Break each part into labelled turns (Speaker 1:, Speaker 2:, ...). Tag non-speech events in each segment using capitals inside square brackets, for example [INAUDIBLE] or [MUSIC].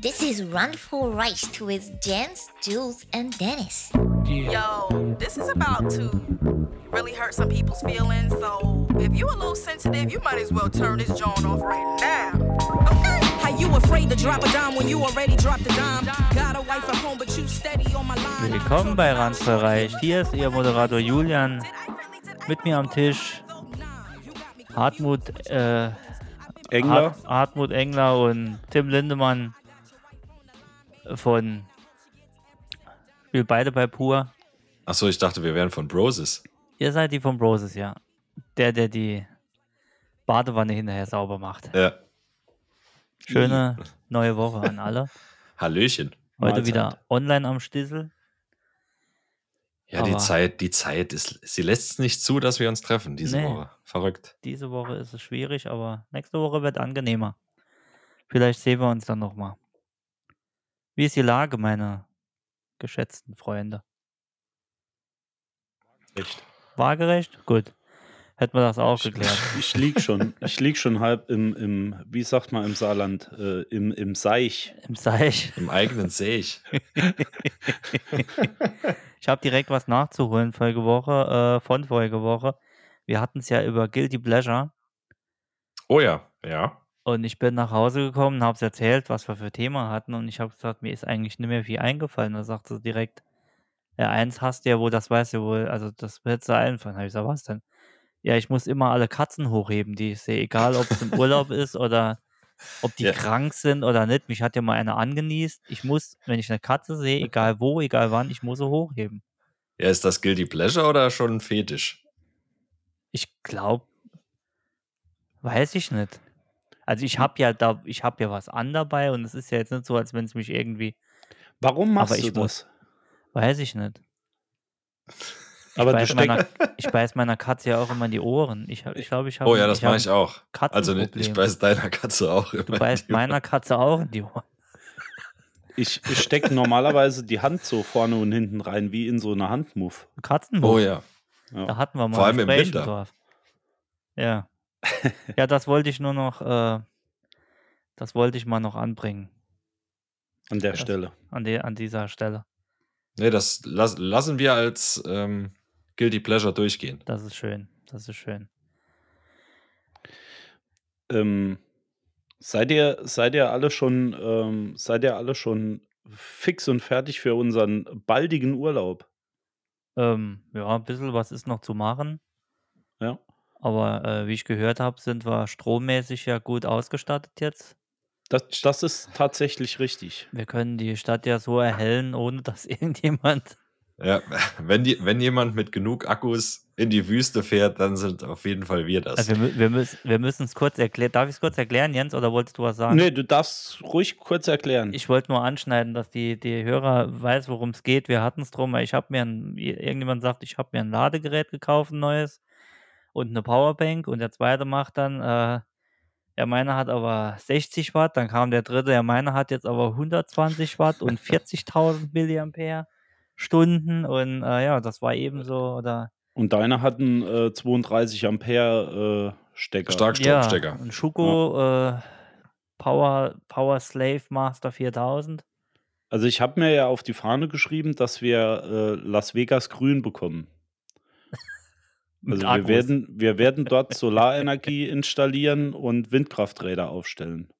Speaker 1: This is Run for Rice with Jens, Jules, and Dennis.
Speaker 2: Yo, this is about to really hurt some people's feelings. So if you a little sensitive, you might as well turn this joint off right now. Okay?
Speaker 3: How you afraid to drop a dime when you already dropped a dime? Got a wife at home, but you steady on my line.
Speaker 4: Willkommen bei Ranzverreich. Hier ist Ihr Moderator Julian. Mit mir am Tisch Hartmut, äh,
Speaker 5: Engler.
Speaker 4: Hart- Hartmut Engler und Tim Lindemann von. Wir beide bei Pur.
Speaker 5: Achso, ich dachte, wir wären von Broses.
Speaker 4: Ihr seid die von Broses, ja. Der, der die Badewanne hinterher sauber macht.
Speaker 5: Ja.
Speaker 4: Schöne neue Woche an alle.
Speaker 5: Hallöchen.
Speaker 4: Heute
Speaker 5: Mahlzeit.
Speaker 4: wieder online am Stissel.
Speaker 5: Ja, die
Speaker 4: aber-
Speaker 5: Zeit, die Zeit ist, sie lässt es nicht zu, dass wir uns treffen diese
Speaker 4: Nee.
Speaker 5: Woche. Verrückt.
Speaker 4: Diese Woche ist es schwierig, aber nächste Woche wird angenehmer. Vielleicht sehen wir uns dann nochmal. Wie ist die Lage, meine geschätzten Freunde?
Speaker 5: Echt.
Speaker 4: Waagerecht? Gut. Hätten wir das auch
Speaker 6: [LAUGHS]
Speaker 4: geklärt.
Speaker 6: Ich, ich lieg schon, ich lieg schon halb im, im wie sagt man im Saarland, äh, im, im Seich.
Speaker 4: Im Seich.
Speaker 5: Im
Speaker 4: [LAUGHS]
Speaker 5: eigenen Seich.
Speaker 4: Ich habe direkt was nachzuholen vorige Woche, äh, von vorige Woche. Wir hatten es ja über Guilty Pleasure
Speaker 5: Oh ja, ja.
Speaker 4: und ich bin nach Hause gekommen und habe es erzählt, was wir für Thema hatten und ich habe gesagt, mir ist eigentlich nicht mehr viel eingefallen. Da sagte sie direkt, ja, eins hast du ja wohl, das weißt du wohl, also das wird dir einfallen. Habe ich gesagt, was denn? Ja, ich muss immer alle Katzen hochheben, die ich sehe, egal ob es im Urlaub ist oder ob die
Speaker 5: Ja.
Speaker 4: krank sind oder nicht. Mich hat ja mal eine angenießt. Ich muss, wenn ich eine Katze sehe, egal wo, egal wann, ich muss sie hochheben.
Speaker 5: Ja, ist das Guilty Pleasure oder schon ein Fetisch?
Speaker 4: Ich glaube, weiß ich nicht. Also ich habe ja da, ich habe ja was an dabei und es ist ja jetzt nicht so, als wenn es mich irgendwie,
Speaker 6: Warum machst
Speaker 4: Aber ich
Speaker 6: du das?
Speaker 4: weiß ich nicht.
Speaker 6: Aber du
Speaker 4: beiß meiner,
Speaker 6: steckst,
Speaker 4: [LAUGHS] ich beiß meiner Katze ja auch immer in die Ohren. Ich glaube, ich, glaub, ich habe.
Speaker 5: Oh ja, das mache ich auch.
Speaker 4: Katzenproblem.
Speaker 5: Also nicht- ich beiß deiner Katze auch immer.
Speaker 4: Du
Speaker 5: in
Speaker 4: beißt
Speaker 5: die-
Speaker 4: meiner Katze auch in die Ohren. [LAUGHS]
Speaker 6: ich, ich steck normalerweise die Hand so vorne und hinten rein, wie in so eine Handmuff.
Speaker 4: Katzenbuch.
Speaker 5: Oh ja.
Speaker 4: Da hatten wir mal
Speaker 5: Vor
Speaker 4: ein
Speaker 5: allem im
Speaker 4: Gespräch
Speaker 5: Winter.
Speaker 4: im Dorf. Ja. ja, das wollte ich nur noch, äh, das wollte ich mal noch anbringen
Speaker 6: An der
Speaker 4: Das-
Speaker 6: Stelle.
Speaker 4: an, die, an dieser Stelle.
Speaker 5: Nee, das las lassen wir als ähm, Guilty Pleasure durchgehen.
Speaker 4: Das ist schön. Das ist schön.
Speaker 6: Ähm, seid, ihr, seid ihr alle schon, ähm, seid ihr alle schon fix und fertig für unseren baldigen Urlaub?
Speaker 4: Ähm, ja, ein bisschen was ist noch zu machen.
Speaker 6: Ja.
Speaker 4: Aber äh, wie ich gehört habe, sind wir strommäßig ja gut ausgestattet jetzt.
Speaker 6: Das, das ist tatsächlich richtig.
Speaker 4: Wir können die Stadt ja so erhellen, ohne dass [LAUGHS] irgendjemand.
Speaker 5: Ja, [LAUGHS] wenn, die, wenn jemand mit genug Akkus in die Wüste fährt, dann sind auf jeden Fall wir das.
Speaker 4: Also wir, mü- wir, müssen, wir müssen es kurz erklären. Darf ich es kurz erklären, Jens, oder wolltest du was sagen?
Speaker 6: Nee, du darfst ruhig kurz erklären.
Speaker 4: Ich wollte nur anschneiden, dass die, die Hörer weiß, worum es geht. Wir hatten es drum. weil Ich habe mir ein, irgendjemand sagt, ich habe mir ein Ladegerät gekauft, ein neues und eine Powerbank. Und der zweite macht dann, äh, ja, meine hat aber 60 Watt. Dann kam der dritte, ja, meine hat jetzt aber 120 Watt und 40.000 Milliampere Stunden. Und äh, ja, das war eben so oder
Speaker 6: Und deine hatten äh, 32 Ampere äh, Stecker.
Speaker 4: ja,
Speaker 5: Starkstromstecker.
Speaker 4: ein Schuko äh, Power Power Slave Master 4000.
Speaker 6: Also ich habe mir ja auf die Fahne geschrieben, dass wir äh, Las Vegas grün bekommen.
Speaker 4: mit
Speaker 6: Also
Speaker 4: Akkus.
Speaker 6: wir werden, wir werden dort Solarenergie [LAUGHS] installieren und Windkrafträder aufstellen.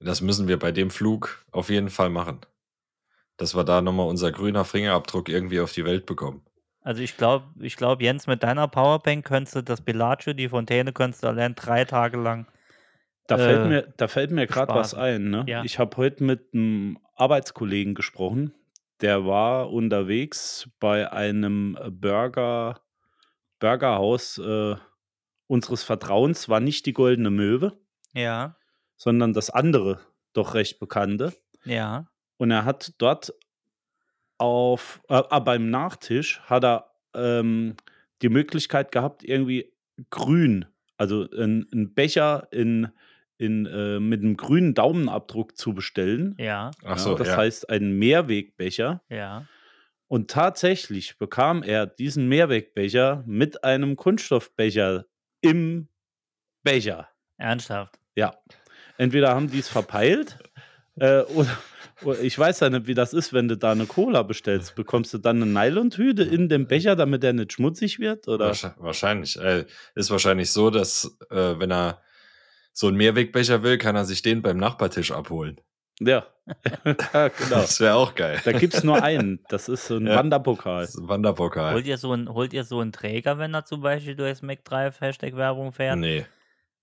Speaker 5: Das müssen wir bei dem Flug auf jeden Fall machen. Dass wir da nochmal unser grüner Fingerabdruck irgendwie auf die Welt bekommen.
Speaker 4: Also ich glaube, ich glaub, Jens, mit deiner Powerbank könntest du das Bellagio, die Fontäne könntest du allein drei Tage lang.
Speaker 6: Da
Speaker 4: Äh,
Speaker 6: fällt mir, da fällt mir gerade
Speaker 4: sparen.
Speaker 6: was ein. Ne?
Speaker 4: Ja.
Speaker 6: Ich habe heute mit einem Arbeitskollegen gesprochen. Der war unterwegs bei einem Burger, Burgerhaus äh, unseres Vertrauens. War nicht die Goldene Möwe,
Speaker 4: Ja,
Speaker 6: sondern das andere, doch recht bekannte.
Speaker 4: ja.
Speaker 6: Und er hat dort auf äh, ah, beim Nachtisch hat er ähm, die Möglichkeit gehabt, irgendwie grün, also ein, ein Becher in, in, äh, mit einem grünen Daumenabdruck zu bestellen.
Speaker 4: Ja,
Speaker 5: Ach so,
Speaker 6: das
Speaker 5: ja.
Speaker 6: heißt einen Mehrwegbecher.
Speaker 4: ja.
Speaker 6: Und tatsächlich bekam er diesen Mehrwegbecher mit einem Kunststoffbecher im Becher.
Speaker 4: Ernsthaft.
Speaker 6: Ja. Entweder haben die es verpeilt Äh, oder, oder ich weiß ja nicht, wie das ist, wenn du da eine Cola bestellst. Bekommst du dann eine Nylontüte in den Becher, damit der nicht schmutzig wird? Oder?
Speaker 5: Wahrscheinlich. wahrscheinlich. Äh, ist wahrscheinlich so, dass äh, wenn er so einen Mehrwegbecher will, kann er sich den beim Nachbartisch abholen.
Speaker 6: Ja. [LAUGHS] ja genau.
Speaker 5: Das wäre auch geil.
Speaker 6: Da gibt es nur einen. Das ist so ein
Speaker 5: Ja.
Speaker 6: Wanderpokal.
Speaker 5: Das ist ein Wanderpokal.
Speaker 4: Holt ihr so einen, holt ihr so einen Träger, wenn er zum Beispiel durchs McDrive Hashtag Werbung fährt? Nee,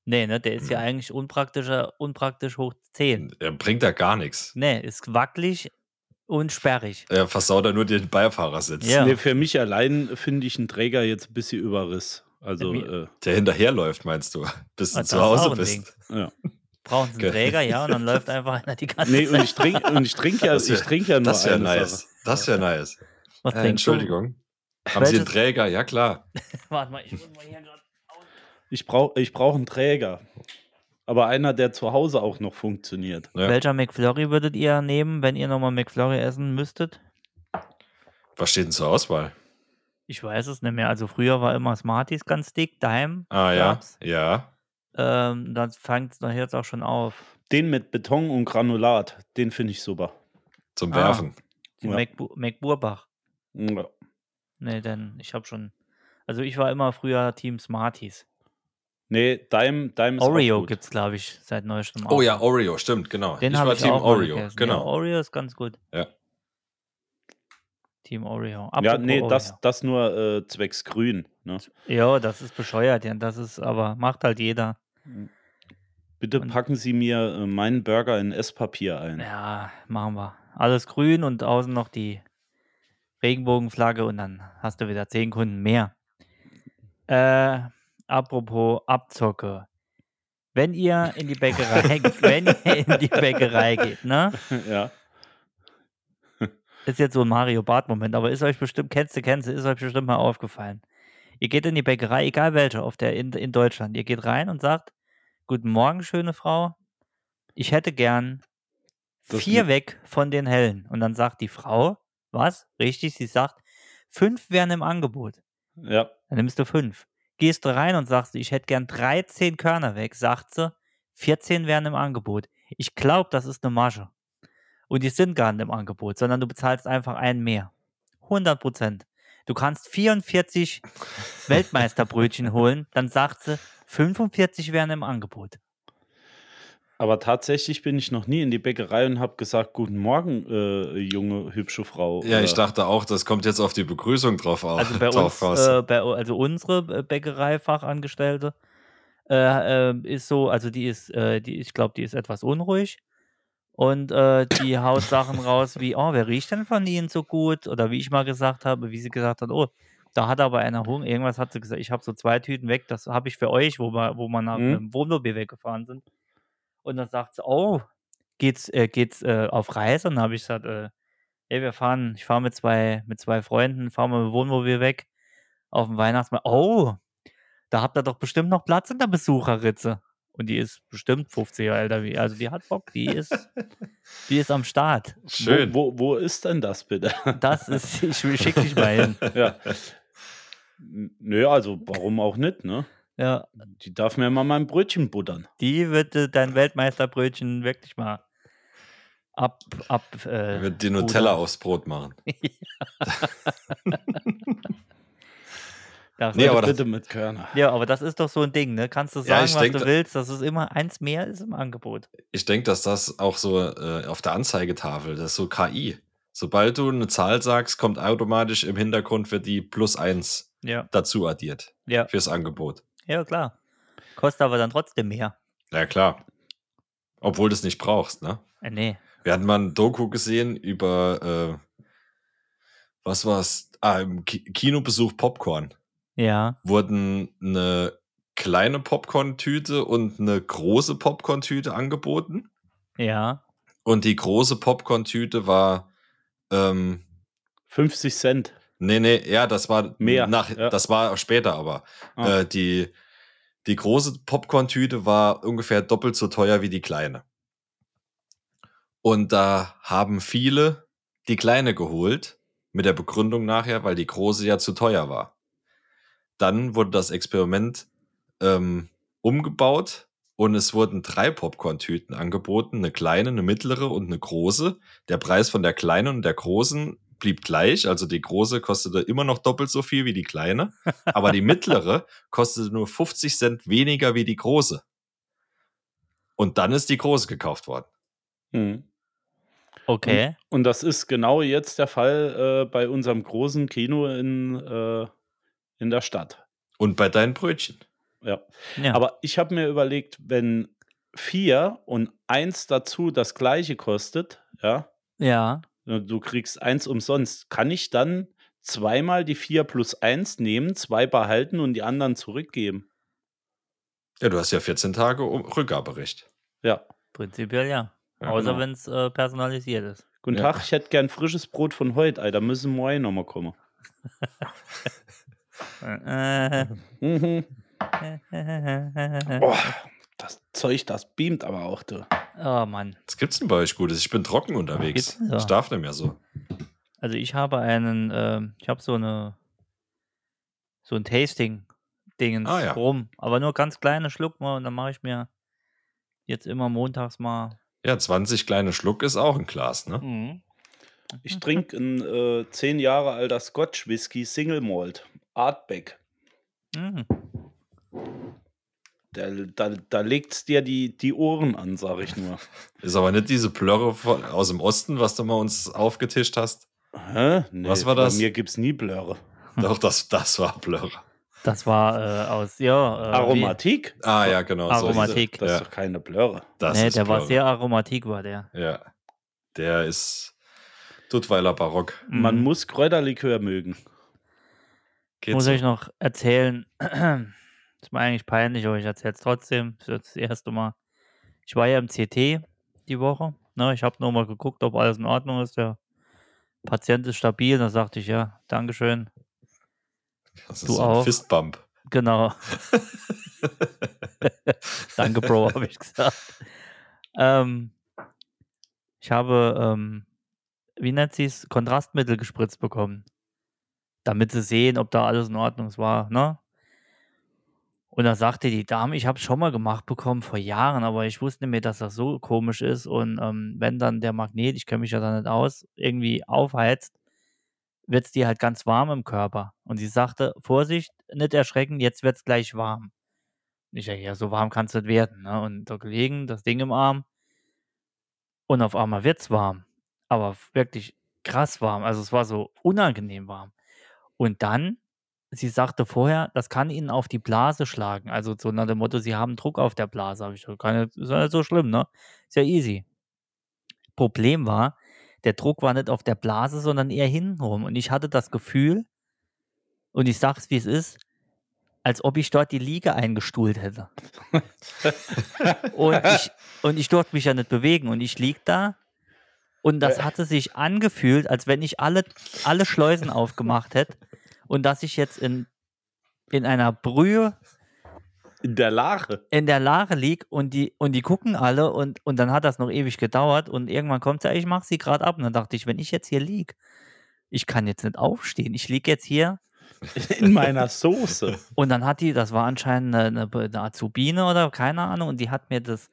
Speaker 5: Nee,
Speaker 4: ne, der ist ja
Speaker 5: Nee.
Speaker 4: eigentlich unpraktischer, unpraktisch hoch 10.
Speaker 5: der bringt da gar nichts.
Speaker 4: Ne, ist wackelig und sperrig.
Speaker 5: Er versaut da nur den Beifahrersitz,
Speaker 4: Ja.
Speaker 6: Nee, für mich allein finde ich einen Träger jetzt ein bisschen Überriss. Also,
Speaker 4: Mir-
Speaker 6: äh,
Speaker 5: der hinterherläuft, meinst du, bis
Speaker 4: Ah,
Speaker 5: du
Speaker 4: das
Speaker 5: zu
Speaker 4: ist auch
Speaker 5: Hause
Speaker 4: ein
Speaker 5: bist.
Speaker 4: Brauchen sie einen
Speaker 5: Ge-
Speaker 4: Träger, ja,
Speaker 5: [LAUGHS]
Speaker 4: und dann läuft einfach einer die ganze
Speaker 6: nee, und
Speaker 4: Zeit.
Speaker 6: ich trinke und ich trink ja,
Speaker 5: Das wär-
Speaker 6: ich trink ja nur
Speaker 5: Das wäre
Speaker 6: eine
Speaker 5: nice.
Speaker 6: Sache.
Speaker 5: Das wäre nice.
Speaker 4: Was trinkst
Speaker 5: Äh,
Speaker 4: du?
Speaker 5: Entschuldigung. Haben Sie einen
Speaker 4: Welches-
Speaker 5: Träger? Ja, klar.
Speaker 4: Warte mal, ich muss mal hier gerade.
Speaker 6: Ich brauche ich brauch einen Träger. Aber einer, der zu Hause auch noch funktioniert.
Speaker 5: Ja.
Speaker 4: Welcher McFlurry würdet ihr nehmen, wenn ihr nochmal McFlurry essen müsstet?
Speaker 5: Was steht denn zur Auswahl?
Speaker 4: Ich weiß es nicht mehr. Also früher war immer Smarties ganz dick, daheim.
Speaker 5: Ah, ja.
Speaker 4: gab's.
Speaker 5: Ja.
Speaker 4: Ähm, dann fängt es doch jetzt auch schon auf.
Speaker 6: Den mit Beton und Granulat, den finde ich super.
Speaker 5: Zum
Speaker 4: Ah.
Speaker 5: Werfen.
Speaker 4: Die
Speaker 6: Ja.
Speaker 4: McBu- McBurbach.
Speaker 6: Hm, Ja.
Speaker 4: Nee, denn ich habe schon. Also ich war immer früher Team Smarties.
Speaker 6: Nee, Dime, Dime ist auch
Speaker 4: Oreo
Speaker 6: gut.
Speaker 4: gibt's, glaube ich, seit neuestem
Speaker 5: Oh ja, Oreo, stimmt, genau.
Speaker 4: Den
Speaker 5: ich
Speaker 4: hab
Speaker 5: war Team
Speaker 4: auch mal
Speaker 5: Oreo,
Speaker 4: gegessen. Ja,
Speaker 5: genau.
Speaker 4: Oreo ist ganz gut.
Speaker 5: Ja.
Speaker 4: Team Oreo.
Speaker 6: Ja,
Speaker 4: Apropos
Speaker 6: nee, das,
Speaker 4: Oreo.
Speaker 6: das nur äh, zwecks Grün. Ne?
Speaker 4: Ja, das ist bescheuert, ja. Das ist, aber macht halt jeder.
Speaker 6: Bitte
Speaker 4: Und-
Speaker 6: packen Sie mir äh, meinen Burger in Esspapier ein.
Speaker 4: Ja, machen wir. Alles grün und außen noch die Regenbogenflagge und dann hast du wieder 10 Kunden mehr. Äh, apropos Abzocke. Wenn ihr in die Bäckerei, [LAUGHS] wenn ihr in die Bäckerei geht, ne?
Speaker 6: [LAUGHS] ja.
Speaker 4: Ist jetzt so ein Mario Bart Moment, aber ist euch bestimmt, kennst du, kennst du, ist euch bestimmt mal aufgefallen. Ihr geht in die Bäckerei, egal welche, auf der in, in Deutschland. Ihr geht rein und sagt, guten Morgen, schöne Frau. Ich hätte gern
Speaker 6: Das
Speaker 4: vier
Speaker 6: li-
Speaker 4: weg von den hellen. Und dann sagt die Frau, was? Richtig, sie sagt, fünf wären im Angebot.
Speaker 6: Ja.
Speaker 4: Dann nimmst du fünf. Gehst du rein und sagst, ich hätte gern 13 Körner weg, sagt sie, 14 wären im Angebot. Ich glaube, das ist eine Masche. Und die sind gar nicht im Angebot, sondern du bezahlst einfach einen mehr. 100 Prozent. Du kannst 44 Weltmeisterbrötchen holen, dann sagt sie, 45 wären im Angebot.
Speaker 6: Aber tatsächlich bin ich noch nie in die Bäckerei und habe gesagt, guten Morgen, äh, junge, hübsche Frau. äh,
Speaker 5: Ja,
Speaker 6: Oder-
Speaker 5: ich dachte auch, das kommt jetzt auf die Begrüßung drauf au-
Speaker 4: Also bei uns,
Speaker 5: [LAUGHS] drauf raus.
Speaker 4: äh, bei, also unsere Bäckereifachangestellte äh, ähm, ist so, also die ist, äh, die, ich glaube, die ist etwas unruhig und äh, die haut Sachen raus wie, oh, wer riecht denn von Ihnen so gut? Oder wie ich mal gesagt habe, wie sie gesagt hat, oh, da hat aber einer Hunger, irgendwas hat sie gesagt, ich habe so zwei Tüten weg, das habe ich für euch, wo wir, wo wir nach
Speaker 6: Mhm.
Speaker 4: einem Wohnmobil weggefahren sind. Und dann sagt sie, oh, geht's, äh, geht's äh, auf Reise? Und dann habe ich gesagt, äh, ey, wir fahren, ich fahre mit zwei, mit zwei Freunden, fahren wir mit dem Wohnmobil weg auf dem Weihnachtsmarkt. Oh, da habt ihr doch bestimmt noch Platz in der Besucherritze. Und die ist bestimmt 50 Jahre älter wie, also die hat Bock, die ist, die ist am Start.
Speaker 5: Schön.
Speaker 6: Wo, wo, wo ist denn das bitte? [LAUGHS]
Speaker 4: Das
Speaker 5: [LAUGHS]
Speaker 4: ist, ich schick dich mal hin.
Speaker 6: ja. N- Nö, also warum auch nicht, ne?
Speaker 4: Ja,
Speaker 6: Die darf mir mal mein Brötchen buttern.
Speaker 4: die wird äh, dein Weltmeisterbrötchen wirklich mal ab, ab. Äh,
Speaker 5: Mit die
Speaker 4: rudern.
Speaker 5: Nutella aufs Brot machen.
Speaker 4: Ja,
Speaker 5: Nee, aber das-
Speaker 6: bitte mit Körner.
Speaker 4: ja, aber das ist doch so ein Ding, ne? Kannst du
Speaker 5: Ja,
Speaker 4: sagen,
Speaker 5: ich
Speaker 4: was
Speaker 5: denk,
Speaker 4: du
Speaker 5: da-
Speaker 4: willst, dass es immer eins mehr ist im Angebot.
Speaker 5: Ich denke, dass das auch so äh, auf der Anzeigetafel, das ist so KI. Sobald du eine Zahl sagst, kommt automatisch im Hintergrund wird die plus eins
Speaker 4: Ja.
Speaker 5: dazu addiert
Speaker 4: Ja,
Speaker 5: fürs Angebot.
Speaker 4: ja klar. Kostet aber dann trotzdem mehr.
Speaker 5: Ja, klar. Obwohl du es nicht brauchst, ne?
Speaker 4: Äh, nee.
Speaker 5: Wir hatten mal ein Doku gesehen über, äh, was war's? Ah, im Ki Kinobesuch Popcorn.
Speaker 4: Ja.
Speaker 5: Wurden eine kleine Popcorn-Tüte und eine große Popcorn-Tüte angeboten.
Speaker 4: Ja,
Speaker 5: Und die große Popcorn-Tüte war, ähm,
Speaker 6: 50 Cent.
Speaker 5: nee, nee, ja, das war
Speaker 6: Mehr,
Speaker 5: Nach,
Speaker 6: ja.
Speaker 5: Das war später aber.
Speaker 6: Ah.
Speaker 5: Äh, die, die große Popcorn-Tüte war ungefähr doppelt so teuer wie die kleine. Und da haben viele die kleine geholt, mit der Begründung nachher, weil die große ja zu teuer war. Dann wurde das Experiment ähm, umgebaut Und es wurden drei Popcorn-Tüten angeboten, eine kleine, eine mittlere und eine große. Der Preis von der kleinen und der großen blieb gleich, also die große kostete immer noch doppelt so viel wie die kleine, aber
Speaker 4: [LAUGHS]
Speaker 5: die mittlere kostete nur 50 Cent weniger wie die große. Und dann ist die große gekauft worden.
Speaker 6: Mhm.
Speaker 4: Okay.
Speaker 6: Und das ist genau jetzt der Fall äh, bei unserem großen Kino in, äh, in der Stadt.
Speaker 5: Und bei deinen Brötchen.
Speaker 6: Ja.
Speaker 4: Ja.
Speaker 6: Aber ich habe mir überlegt, wenn vier und eins dazu das gleiche kostet, ja, äh,
Speaker 4: ja.
Speaker 6: du kriegst eins umsonst, kann ich dann zweimal die vier plus eins nehmen, zwei behalten und die anderen zurückgeben?
Speaker 5: Ja, du hast ja 14 Tage um Rückgaberecht.
Speaker 6: Ja.
Speaker 4: Prinzipiell ja.
Speaker 5: Ja,
Speaker 4: Außer
Speaker 6: genau.
Speaker 4: wenn es äh, personalisiert ist.
Speaker 6: Guten
Speaker 5: Ja.
Speaker 6: Tag, ich hätte gern frisches Brot von heute, Alter. Da müssen wir noch nochmal kommen.
Speaker 4: Äh,
Speaker 5: [LAUGHS]
Speaker 6: Mhm.
Speaker 5: Oh.
Speaker 4: äh,
Speaker 6: Boah, das Zeug, das beamt aber auch, du.
Speaker 4: oh Mann.
Speaker 5: Was gibt's denn bei euch Gutes? Ich bin trocken unterwegs.
Speaker 4: gibt's denn da?
Speaker 5: Ich darf nicht mehr so.
Speaker 4: Also ich habe einen, ähm, ich habe so eine, so ein Tasting-Dingens
Speaker 5: Ah, ja.
Speaker 4: rum, aber nur ganz kleine Schluck mal und dann mache ich mir jetzt immer montags mal.
Speaker 5: Ja, 20 kleine Schluck ist auch ein Glas,
Speaker 4: Hm.
Speaker 5: ne?
Speaker 6: Ich
Speaker 4: Mhm.
Speaker 6: trinke ein äh, zehn Jahre alter Scotch Whisky Single Malt Artback.
Speaker 4: Mhm.
Speaker 6: Da, da, da legt's dir die, die Ohren an, sag ich nur.
Speaker 5: Ist aber nicht diese Plörre von, aus dem Osten, was du mal uns aufgetischt hast.
Speaker 6: Hä? Nee,
Speaker 5: Was war das?
Speaker 6: Bei mir gibt's nie Blöre.
Speaker 4: Hm.
Speaker 5: Doch, das, das war Plörre.
Speaker 4: Das war äh, aus, ja. Äh, wie-
Speaker 6: Aromatik?
Speaker 5: Ah ja, genau.
Speaker 4: Aromatik.
Speaker 6: Das ist
Speaker 5: Ja.
Speaker 6: doch keine Blöre.
Speaker 5: das
Speaker 4: Nee,
Speaker 5: ist
Speaker 4: ne, der war
Speaker 5: Plörre.
Speaker 4: sehr aromatik, war der.
Speaker 5: Ja. Der ist Duttweiler Barock.
Speaker 6: Man
Speaker 4: Mhm.
Speaker 6: muss Kräuterlikör mögen.
Speaker 5: Geht
Speaker 4: Muss
Speaker 5: so.
Speaker 4: euch noch erzählen. [CLEARS THROAT] ist mir eigentlich peinlich, aber ich erzähle es trotzdem. Das ist jetzt das erste Mal. Ich war ja im CT die Woche. Ne, ich habe nochmal geguckt, ob alles in Ordnung ist. Der Patient ist stabil. Da sagte ich ja, Dankeschön.
Speaker 5: das ist
Speaker 4: du
Speaker 5: so ein
Speaker 4: auch.
Speaker 5: Fistbump.
Speaker 4: Genau. Danke, Bro, habe ich gesagt. Ähm, ich habe, ähm, wie nennt sie es, Kontrastmittel gespritzt bekommen. Damit sie sehen, ob da alles in Ordnung war, ne? Und da sagte die Dame, ich habe es schon mal gemacht bekommen vor Jahren, aber ich wusste nicht mehr, dass das so komisch ist. Und ähm, wenn dann der Magnet, ich kenne mich ja da nicht aus, irgendwie aufheizt, wird es dir halt ganz warm im Körper. Und sie sagte, Vorsicht, nicht erschrecken, jetzt wird es gleich warm. Und Ich denke, ja, so warm kann es nicht werden. Ne? Und da gelegen, das Ding im Arm. Und auf einmal wird es warm. Aber wirklich krass warm. Also es war so unangenehm warm. Und dann, sie sagte vorher, das kann ihnen auf die Blase schlagen. Also so nach dem Motto, sie haben Druck auf der Blase. Hab ich so, kann, ja- ist ja nicht so schlimm, ne? Ist ja easy. Problem war, der Druck war nicht auf der Blase, sondern eher hintenrum. Und ich hatte das Gefühl, und ich sag's wie es ist, als ob ich dort die Liege eingestuhlt hätte. und, ich, und ich durfte mich ja nicht bewegen. Und ich lieg da. Und das hatte sich angefühlt, als wenn ich alle, alle Schleusen aufgemacht hätte. Und dass ich jetzt in, in einer Brühe
Speaker 6: In der Lache. [LAUGHS]
Speaker 4: in der Lage lieg und die, und die gucken alle und, und dann hat das noch ewig gedauert und irgendwann kommt ja, ich mach sie gerade ab. Und dann dachte ich, wenn ich jetzt hier lieg, ich kann jetzt nicht aufstehen. Ich lieg jetzt hier
Speaker 6: In meiner Soße.
Speaker 4: und dann hat die, das war anscheinend eine, eine, eine Azubine oder keine Ahnung, und die hat mir das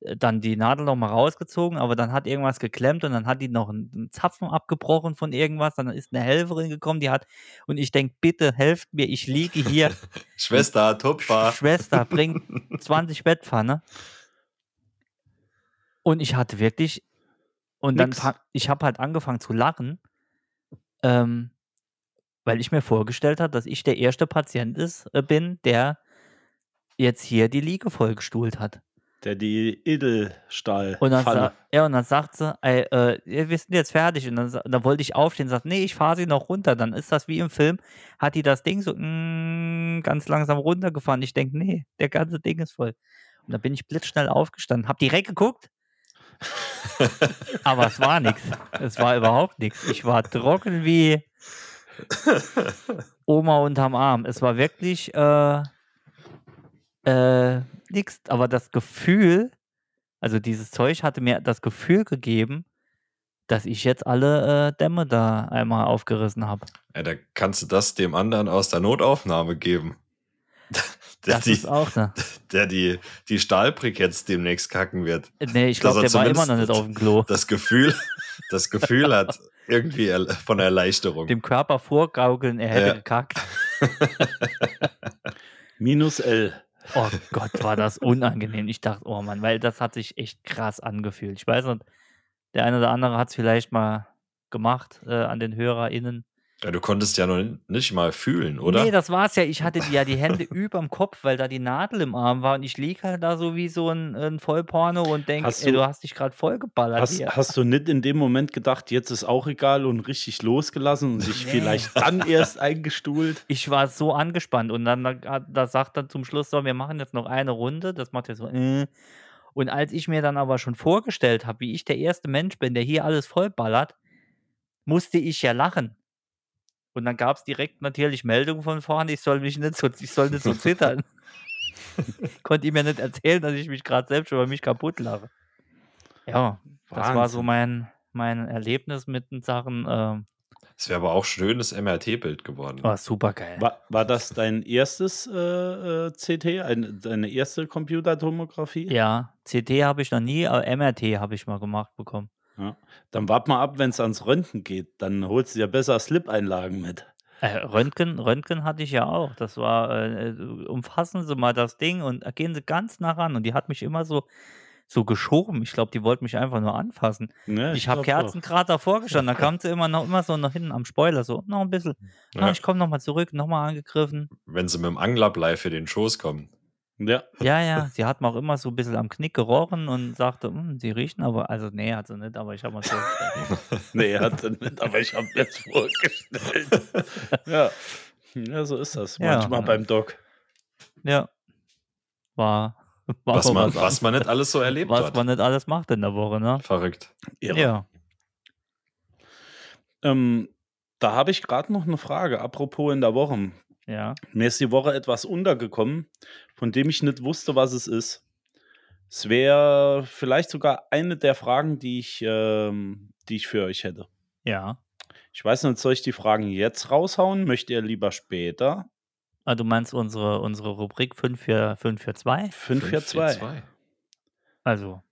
Speaker 4: äh, dann die Nadel noch mal rausgezogen, aber dann hat irgendwas geklemmt und dann hat die noch einen, einen Zapfen abgebrochen von irgendwas, dann ist eine Helferin gekommen, die hat und ich denke, bitte helft mir, ich liege hier,
Speaker 5: Schwester, [LAUGHS] Tupfer.
Speaker 4: Schwester, bring 20 Bettpfanne. Und ich hatte wirklich, und dann,
Speaker 6: Nix.
Speaker 4: fang- ich habe halt angefangen zu lachen, ähm, weil ich mir vorgestellt habe, dass ich der erste Patient ist, äh, bin, der jetzt hier die Liege vollgestuhlt hat.
Speaker 6: Der die Edelstahl.
Speaker 4: Und dann, sa ja, und dann sagt sie, ey, äh, ja, wir sind jetzt fertig. Und dann, sa- dann wollte ich aufstehen und sagt, nee, ich fahre sie noch runter. Dann ist das wie im Film, hat die das Ding so mm, ganz langsam runtergefahren. Ich denke, nee, der ganze Ding ist voll. Und dann bin ich blitzschnell aufgestanden, hab direkt geguckt. Aber es war nichts. Es war überhaupt nichts. Ich war trocken wie Oma unterm Arm. Es war wirklich äh, äh, nichts. Aber das Gefühl, also dieses Zeug hatte mir das Gefühl gegeben, dass ich jetzt alle äh, Dämme da einmal aufgerissen habe.
Speaker 5: Ja, da kannst du das dem anderen aus der Notaufnahme geben. [LAUGHS] der,
Speaker 4: Das
Speaker 5: die,
Speaker 4: ist auch
Speaker 5: [LAUGHS]
Speaker 4: ne.
Speaker 5: der die, die Stahlbriketts demnächst kacken wird,
Speaker 4: Nee, ich
Speaker 5: Dass
Speaker 4: glaube,
Speaker 5: er
Speaker 4: der war immer
Speaker 5: zumindest-
Speaker 4: noch nicht auf dem Klo.
Speaker 5: das Gefühl, [LAUGHS] das Gefühl hat irgendwie erle- von Erleichterung.
Speaker 4: Dem Körper vorgaukeln, er hätte
Speaker 5: Ja.
Speaker 4: gekackt.
Speaker 6: Minus L.
Speaker 4: Oh Gott, war das unangenehm. Ich dachte, oh Mann, weil das hat sich echt krass angefühlt. Ich weiß nicht, der eine oder andere hat es vielleicht mal gemacht äh, an den HörerInnen.
Speaker 5: Ja, du konntest ja noch nicht mal fühlen, oder?
Speaker 4: Nee, das war's ja. Ich hatte die, ja die Hände [LAUGHS] überm Kopf, weil da die Nadel im Arm war und ich lieg halt da so wie so ein, ein Vollporno und denk,
Speaker 6: Hast
Speaker 4: ey,
Speaker 6: du-
Speaker 4: du hast dich gerade vollgeballert
Speaker 6: Hast,
Speaker 4: hier.
Speaker 6: hast du nicht in dem Moment gedacht, jetzt ist auch egal und richtig losgelassen und sich
Speaker 4: Nee.
Speaker 6: vielleicht dann
Speaker 4: [LAUGHS]
Speaker 6: erst eingestuhlt?
Speaker 4: ich war so angespannt und dann da, ah, da sagt dann zum Schluss so, wir machen jetzt noch eine Runde, das macht jetzt so äh. und als ich mir dann aber schon vorgestellt habe, wie ich der erste Mensch bin, der hier alles vollballert, musste ich ja lachen. Und dann gab es direkt natürlich Meldungen von vorne, ich soll mich nicht so, ich soll [LAUGHS] nicht so zittern. Konnte ihm ja nicht erzählen, dass ich mich gerade selbst über mich kaputt lache. Ja, das war so
Speaker 6: Wahnsinn.
Speaker 4: mein, mein Erlebnis mit den Sachen. Ähm,
Speaker 5: Das wäre aber auch schönes MRT-Bild geworden.
Speaker 4: war super geil.
Speaker 6: War, war das dein erstes äh, äh, CT, ein, deine erste Computertomographie?
Speaker 4: Ja, CT habe ich noch nie, aber MRT habe ich mal gemacht bekommen.
Speaker 6: Dann wart mal ab, wenn es ans Röntgen geht. Dann holst du ja besser Slip-Einlagen mit.
Speaker 4: Äh, Röntgen, Röntgen hatte ich ja auch. Das war, äh, äh, umfassen Sie mal das Ding und äh, gehen Sie ganz nah ran. Und die hat mich immer so, so geschoben. Ich glaube, die wollte mich einfach nur anfassen.
Speaker 6: Ne,
Speaker 4: ich habe
Speaker 6: glaub doch.
Speaker 4: Kerzen gerade davor gestanden. Da kam sie immer noch immer so nach hinten am Spoiler, so noch ein bisschen. Na,
Speaker 5: Ja.
Speaker 4: ich komme nochmal zurück, nochmal angegriffen.
Speaker 5: Wenn sie mit dem Anglerblei für den Schoß kommen.
Speaker 6: Ja,
Speaker 4: Ja, ja, sie hat mir auch immer so ein bisschen am Knick gerochen und sagte, "Hm, sie riechen aber, also nee, hat sie nicht, aber ich habe mal so.
Speaker 6: nee, hat er nicht, aber ich habe mir
Speaker 4: [LAUGHS]
Speaker 6: das vorgestellt. ja. ja, so ist das.
Speaker 4: Ja.
Speaker 6: Manchmal beim Doc.
Speaker 4: ja, war, [LAUGHS] war
Speaker 5: Was
Speaker 4: auch
Speaker 5: man,
Speaker 4: anderes.
Speaker 5: was man nicht alles so erlebt
Speaker 4: was
Speaker 5: hat.
Speaker 4: man nicht alles macht in der Woche, ne?
Speaker 5: Verrückt.
Speaker 6: Ja.
Speaker 4: Ja.
Speaker 6: Ähm, da habe ich gerade noch eine Frage, apropos in der Woche.
Speaker 4: Ja.
Speaker 6: Mir ist die Woche etwas untergekommen, von dem ich nicht wusste, was es ist. Es wäre vielleicht sogar eine der Fragen, die ich, ähm, die ich für euch hätte.
Speaker 4: Ja.
Speaker 6: Ich weiß nicht, soll ich die Fragen jetzt raushauen? Möchtet ihr lieber später?
Speaker 4: Ah, du meinst unsere, unsere Rubrik 5 für, 5 für 2?
Speaker 6: 5, 4, 2.
Speaker 5: 542.
Speaker 4: Also,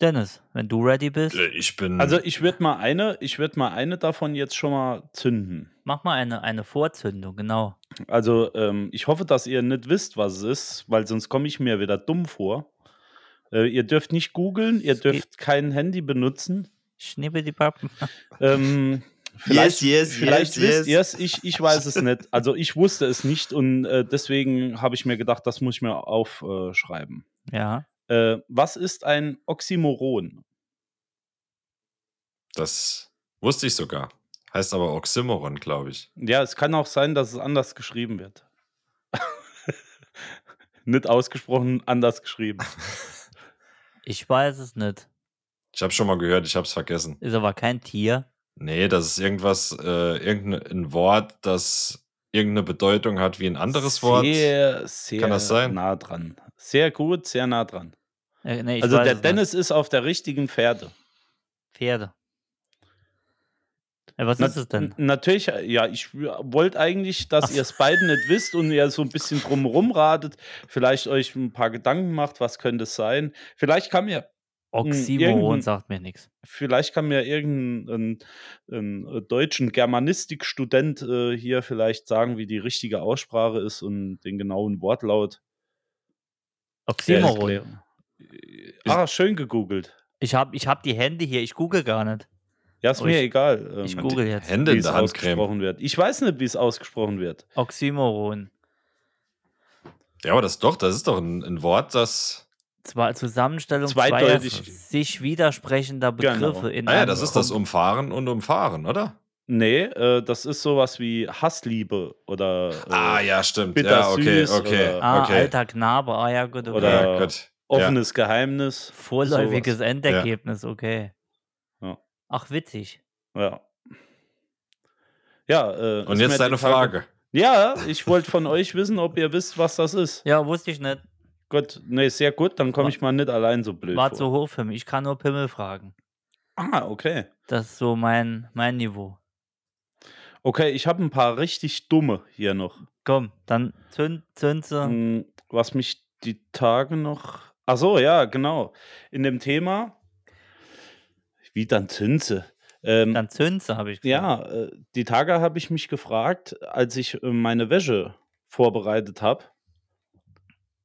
Speaker 4: Dennis, wenn du ready bist,
Speaker 5: Äh, Ich bin.
Speaker 6: Also ich würde mal eine, ich würde mal eine davon jetzt schon mal zünden.
Speaker 4: mach mal eine, eine Vorzündung, genau.
Speaker 6: Also ähm, ich hoffe, dass ihr nicht wisst, was es ist, weil sonst komme ich mir wieder dumm vor. Äh, ihr dürft nicht googeln, ihr dürft kein Handy benutzen.
Speaker 4: Schnippe die Pappen. [LAUGHS]
Speaker 6: Ähm, vielleicht
Speaker 5: yes,
Speaker 6: vielleicht
Speaker 5: yes,
Speaker 6: wisst ihr es, ich, ich weiß es nicht. Also ich wusste es nicht und äh, deswegen habe ich mir gedacht, das muss ich mir aufschreiben.
Speaker 4: Ja.
Speaker 6: Äh, was ist ein Oxymoron?
Speaker 5: Das wusste ich sogar. Heißt aber Oxymoron, glaube ich.
Speaker 6: Ja, es kann auch sein, dass es anders geschrieben wird. [LAUGHS] nicht ausgesprochen, anders geschrieben.
Speaker 4: Ich weiß es nicht.
Speaker 5: Ich habe schon mal gehört, ich habe es vergessen.
Speaker 4: Ist aber kein Tier.
Speaker 5: Nee, das ist irgendwas, äh, irgendein Wort, das irgendeine Bedeutung hat wie ein anderes Wort.
Speaker 6: Sehr, sehr
Speaker 5: das sein?
Speaker 6: nah dran. Sehr gut, sehr nah dran.
Speaker 4: Äh, nee, ich
Speaker 6: also
Speaker 4: weiß
Speaker 6: der
Speaker 4: es
Speaker 6: Dennis ist auf der richtigen Pferde.
Speaker 4: Nicht. Pferde. Äh, was
Speaker 6: Na-
Speaker 4: ist es denn?
Speaker 6: n- Natürlich, äh, ja, ich wollte eigentlich, dass
Speaker 4: Ach
Speaker 6: ihr es beiden nicht wisst und ihr so ein bisschen drum rumratet, vielleicht euch ein paar Gedanken macht, was könnte es sein. Vielleicht kann mir,
Speaker 4: Oxymoron
Speaker 6: irgendein-
Speaker 4: sagt mir nichts.
Speaker 6: vielleicht kann mir irgendein ein, ein deutschen Germanistikstudent äh, hier vielleicht sagen, wie die richtige Aussprache ist und den genauen Wortlaut.
Speaker 4: Oxymoron.
Speaker 6: erklären. Ah, schön gegoogelt.
Speaker 4: Ich habe ich hab die Hände hier, ich google gar nicht.
Speaker 6: Ja, ist
Speaker 4: Oh,
Speaker 6: mir
Speaker 4: ich-
Speaker 6: egal. ähm,
Speaker 4: Ich google jetzt.
Speaker 5: Hände
Speaker 6: wie
Speaker 5: in
Speaker 6: es
Speaker 5: der Handcreme.
Speaker 6: ausgesprochen wird. Ich weiß nicht, wie es ausgesprochen wird.
Speaker 4: Oxymoron.
Speaker 5: Ja, aber das doch, das ist doch ein, ein Wort, das.
Speaker 4: Zwar Zusammenstellung
Speaker 6: Zweideutig.
Speaker 4: zweier sich widersprechender Begriffe
Speaker 6: Genau.
Speaker 4: in
Speaker 5: Ah ja,
Speaker 4: einem
Speaker 5: das ist das Umfahren und Umfahren, oder?
Speaker 6: Nee, äh, das ist sowas wie Hassliebe oder äh,
Speaker 5: Ah, ja, stimmt.
Speaker 6: bitter
Speaker 5: Ja, okay,
Speaker 6: süß
Speaker 5: okay,
Speaker 6: oder-
Speaker 4: Ah,
Speaker 5: okay.
Speaker 4: alter Knabe. Ah ja, gut, okay.
Speaker 6: Oder-
Speaker 5: ja, gut.
Speaker 6: offenes Geheimnis.
Speaker 4: Vorläufiges
Speaker 6: sowas.
Speaker 4: Endergebnis, okay.
Speaker 6: Ja.
Speaker 4: Ach, witzig.
Speaker 6: Ja. Ja, äh,
Speaker 5: Ja. Und
Speaker 6: ist mir
Speaker 5: jetzt
Speaker 6: die
Speaker 5: deine Frage.
Speaker 6: Ja, ich wollte von euch wissen, ob ihr wisst, was das ist.
Speaker 4: Ja, wusste ich nicht.
Speaker 6: Gut, nee, sehr gut, dann komme ich mal nicht allein so blöd.
Speaker 4: War
Speaker 6: vor.
Speaker 4: zu hoch für mich. Ich kann nur Pimmel fragen.
Speaker 6: Ah, okay.
Speaker 4: Das ist so mein, mein Niveau.
Speaker 6: Okay, ich habe ein paar richtig dumme hier noch.
Speaker 4: Komm, dann zünd, zünd sie.
Speaker 6: Hm, Was mich die Tage noch. Ach so, ja, genau. In dem Thema. Wie dann Zinse. Ähm,
Speaker 4: Dann zünd sie, habe ich gesagt.
Speaker 6: ja, äh, die Tage habe ich mich gefragt, als ich äh, meine Wäsche vorbereitet habe.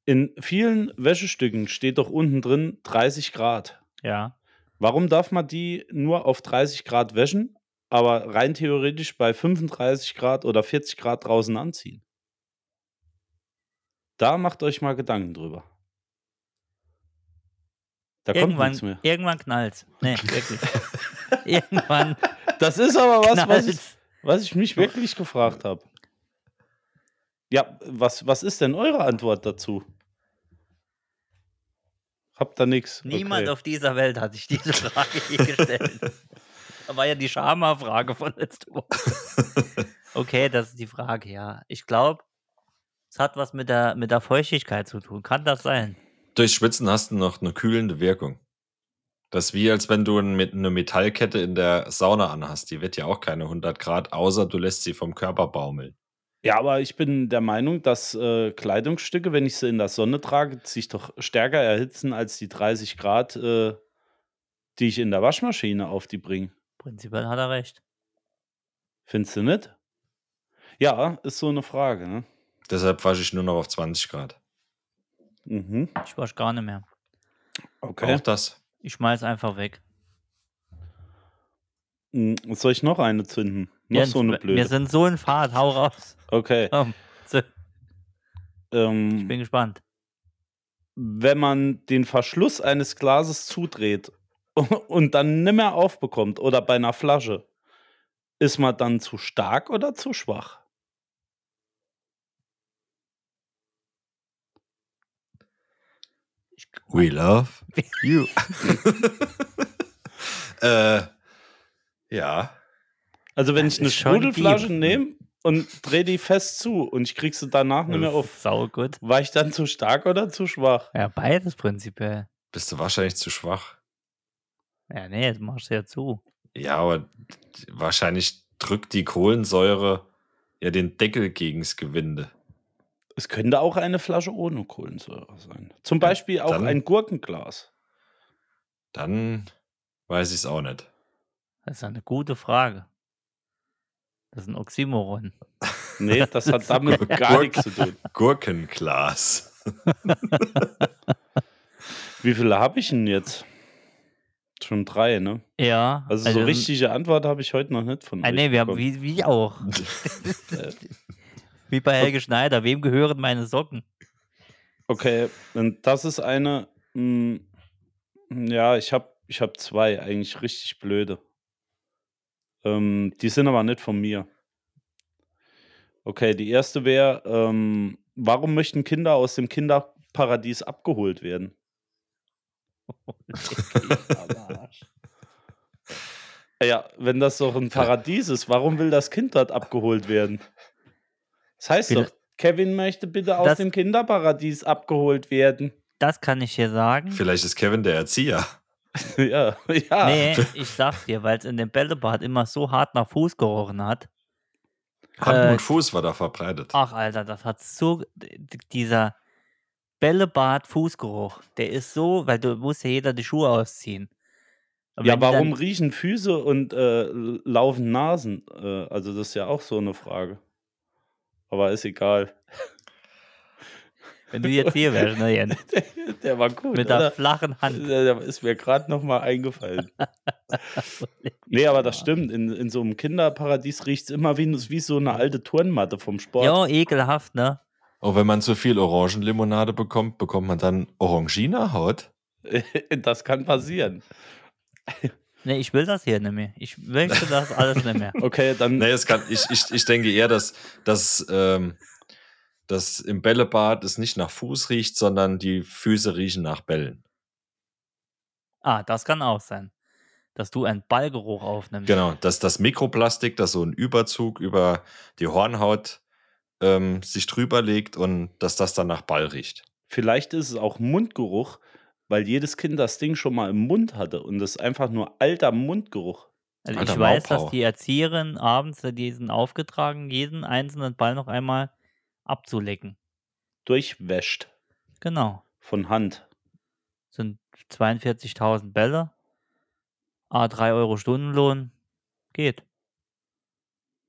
Speaker 6: In vielen Wäschestücken steht doch unten drin 30 Grad.
Speaker 4: Ja.
Speaker 6: Warum darf man die nur auf 30 Grad wäschen, aber rein theoretisch bei 35 Grad oder 40 Grad draußen anziehen? Da macht euch mal Gedanken drüber. Da kommt nichts
Speaker 4: Irgendwann,
Speaker 6: mehr.
Speaker 4: irgendwann knallt Nee,
Speaker 6: [LAUGHS]
Speaker 4: wirklich. irgendwann
Speaker 6: Das ist
Speaker 4: [LAUGHS]
Speaker 6: aber was, was ich,
Speaker 4: knallt
Speaker 6: was ich mich wirklich gefragt habe. Ja, was, was ist denn eure Antwort dazu? Habt da nichts?
Speaker 4: Niemand
Speaker 6: okay.
Speaker 4: auf dieser Welt hat sich diese Frage
Speaker 6: [LAUGHS]
Speaker 4: je gestellt. Da war ja die Schama-Frage von letzter
Speaker 6: [LAUGHS]
Speaker 4: Woche. Okay, das ist die Frage, ja. Ich glaube, es hat was mit der, mit der Feuchtigkeit zu tun. Kann das sein?
Speaker 5: Durch Schwitzen hast du noch eine kühlende Wirkung. Das ist wie, als wenn du ein- mit- eine Metallkette in der Sauna anhast. Die wird ja auch keine 100 Grad, außer du lässt sie vom Körper baumeln.
Speaker 6: Ja, aber ich bin der Meinung, dass äh, Kleidungsstücke, wenn ich sie in der Sonne trage, sich doch stärker erhitzen als die 30 Grad, äh, die ich in der Waschmaschine auf die bringe.
Speaker 4: Prinzipiell hat er recht.
Speaker 6: Findest du nicht? Ja, ist so eine Frage. Ne?
Speaker 5: Deshalb wasche ich nur noch auf 20 Grad.
Speaker 6: Mhm.
Speaker 4: Ich wasch gar nicht mehr.
Speaker 6: Okay.
Speaker 5: Auch das.
Speaker 4: Ich schmeiß einfach weg.
Speaker 6: Mhm. Soll ich noch eine zünden? Noch
Speaker 4: Jens,
Speaker 6: so eine
Speaker 4: wir- Wir
Speaker 6: blöde.
Speaker 4: sind so in Fahrt. Hau raus.
Speaker 6: Okay.
Speaker 4: Komm, zünd. ich
Speaker 6: Ähm,
Speaker 4: bin gespannt.
Speaker 6: wenn man den Verschluss eines Glases zudreht [LAUGHS] und dann nimmer aufbekommt oder bei einer Flasche, ist man dann zu stark oder zu schwach?
Speaker 5: We love
Speaker 4: [LAUGHS]
Speaker 5: you. [LAUGHS] äh, ja.
Speaker 6: Also wenn
Speaker 4: Das
Speaker 6: ich eine
Speaker 4: ist schon
Speaker 6: Sprudelflasche
Speaker 4: deep.
Speaker 6: nehme und drehe die fest zu und ich krieg sie danach nicht mehr auf,
Speaker 4: Sau gut.
Speaker 6: war ich dann zu stark oder zu schwach?
Speaker 4: Ja, beides prinzipiell.
Speaker 5: Bist du wahrscheinlich zu schwach.
Speaker 4: Ja, nee, jetzt machst du ja zu.
Speaker 5: Ja, aber wahrscheinlich drückt die Kohlensäure ja den Deckel gegens Gewinde.
Speaker 6: Es könnte auch eine Flasche ohne Kohlensäure sein. Zum Beispiel auch
Speaker 5: dann-
Speaker 6: ein Gurkenglas.
Speaker 5: Dann weiß ich es auch nicht.
Speaker 4: Das ist eine gute Frage. Das ist ein Oxymoron.
Speaker 6: Nee,
Speaker 4: [LAUGHS]
Speaker 6: das hat damit gar nichts zu tun.
Speaker 5: Gurkenglas.
Speaker 6: Wie viele habe ich denn jetzt? Schon drei, ne?
Speaker 4: Ja.
Speaker 6: Also, so richtige Antwort habe ich heute noch nicht von
Speaker 4: ähm, Ah,
Speaker 6: euch
Speaker 4: nee, wir haben
Speaker 6: bekommen.
Speaker 4: wie, wie
Speaker 6: [LAUGHS]
Speaker 4: auch. wie bei Helge Schneider. Wem gehören meine Socken?
Speaker 6: Okay, dann das ist eine. mm, ja, ich habe ich hab zwei eigentlich richtig blöde. Ähm, die sind aber nicht von mir. Okay, die erste wäre, ähm, warum möchten Kinder aus dem Kinderparadies abgeholt werden? Ja, wenn das doch ein Paradies ist, warum will das Kind dort abgeholt werden? Das heißt
Speaker 4: Bitte?
Speaker 6: doch, Kevin möchte bitte aus
Speaker 4: Das-
Speaker 6: dem Kinderparadies abgeholt werden.
Speaker 4: Das kann ich dir sagen.
Speaker 5: Vielleicht ist Kevin der Erzieher.
Speaker 6: [LAUGHS] ja, ja.
Speaker 4: Nee, ich sag dir, weil es in dem Bällebad immer so hart nach Fuß gerochen hat.
Speaker 5: Hand
Speaker 4: Äh, Ah.
Speaker 5: und Fuß war da verbreitet.
Speaker 4: Ach, Alter, das hat so. d- Dieser Bällebad-Fußgeruch, der ist so, weil du musst ja jeder die Schuhe ausziehen. Und
Speaker 6: Ja,
Speaker 4: wenn die
Speaker 6: warum
Speaker 4: Dann,
Speaker 6: riechen Füße und äh, laufen Nasen? Äh, also das ist ja auch so eine Frage. Aber ist egal.
Speaker 4: wenn du jetzt hier wärst, ne, Jens,
Speaker 6: [LAUGHS] Der war gut,
Speaker 4: mit der
Speaker 6: oder?
Speaker 4: flachen Hand.
Speaker 6: [LAUGHS] Der, der ist mir gerade nochmal eingefallen. [LAUGHS] nee, aber das stimmt. In, in so einem Kinderparadies riecht es immer wie, wie so eine alte Turnmatte vom Sport.
Speaker 4: Ja, ekelhaft, ne?
Speaker 5: Auch Oh, wenn man zu viel Orangenlimonade bekommt, bekommt man dann Orangina-Haut.
Speaker 6: [LAUGHS] Das kann passieren.
Speaker 4: Ne, ich will das hier nicht mehr. Ich möchte das alles nicht
Speaker 6: [LAUGHS]
Speaker 4: mehr.
Speaker 6: Okay, dann
Speaker 5: Nee, es kann, ich, ich, ich denke eher, dass, dass, ähm, dass im Bällebad es nicht nach Fuß riecht, sondern die Füße riechen nach Bällen.
Speaker 4: Ah, das kann auch sein. Dass du einen Ballgeruch aufnimmst.
Speaker 5: Genau, dass das Mikroplastik, das so einen Überzug über die Hornhaut ähm, sich drüber legt und dass das dann nach Ball riecht.
Speaker 6: vielleicht ist es auch Mundgeruch, weil jedes Kind das Ding schon mal im Mund hatte und das ist einfach nur alter Mundgeruch.
Speaker 4: Also
Speaker 5: Alter,
Speaker 4: ich weiß, dass
Speaker 5: Maulpaul.
Speaker 4: die Erzieherin abends diesen aufgetragen, jeden einzelnen Ball noch einmal abzulecken.
Speaker 6: Durchwäscht
Speaker 4: Genau.
Speaker 6: von Hand.
Speaker 4: Sind 42.000 Bälle. A 3 Euro Stundenlohn. Geht.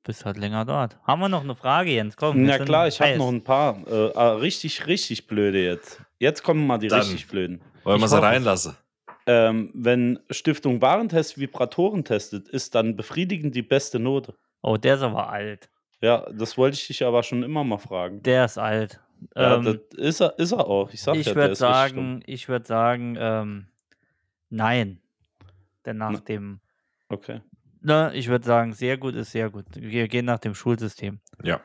Speaker 4: Bist halt länger dort. Haben wir noch eine Frage, Jens? Komm. wir
Speaker 6: Na
Speaker 4: sind
Speaker 6: klar, ich habe
Speaker 4: heiß.
Speaker 6: noch ein paar. Äh, ah, richtig, richtig blöde jetzt. Jetzt kommen mal die
Speaker 5: Dann.
Speaker 6: richtig blöden.
Speaker 5: Wollen wir
Speaker 4: Ich
Speaker 5: sie
Speaker 4: hoffe es.
Speaker 5: reinlassen?
Speaker 6: Ähm, wenn Stiftung Warentest Vibratoren testet, ist dann befriedigend die beste Note.
Speaker 4: Oh, der ist aber alt.
Speaker 6: Ja, das wollte ich dich aber schon immer mal fragen.
Speaker 4: Der ist alt.
Speaker 6: ja,
Speaker 4: Ähm,
Speaker 6: das ist er, ist er auch. Ich sag ja,
Speaker 4: ich
Speaker 6: der
Speaker 4: würde
Speaker 6: ist richtig
Speaker 4: sagen, ich würde sagen, ähm, nein. Denn nach
Speaker 6: Na-
Speaker 4: dem,
Speaker 6: dumm. Okay.
Speaker 4: ne, ich würde sagen, sehr gut ist sehr gut. Wir gehen nach dem Schulsystem.
Speaker 5: Ja.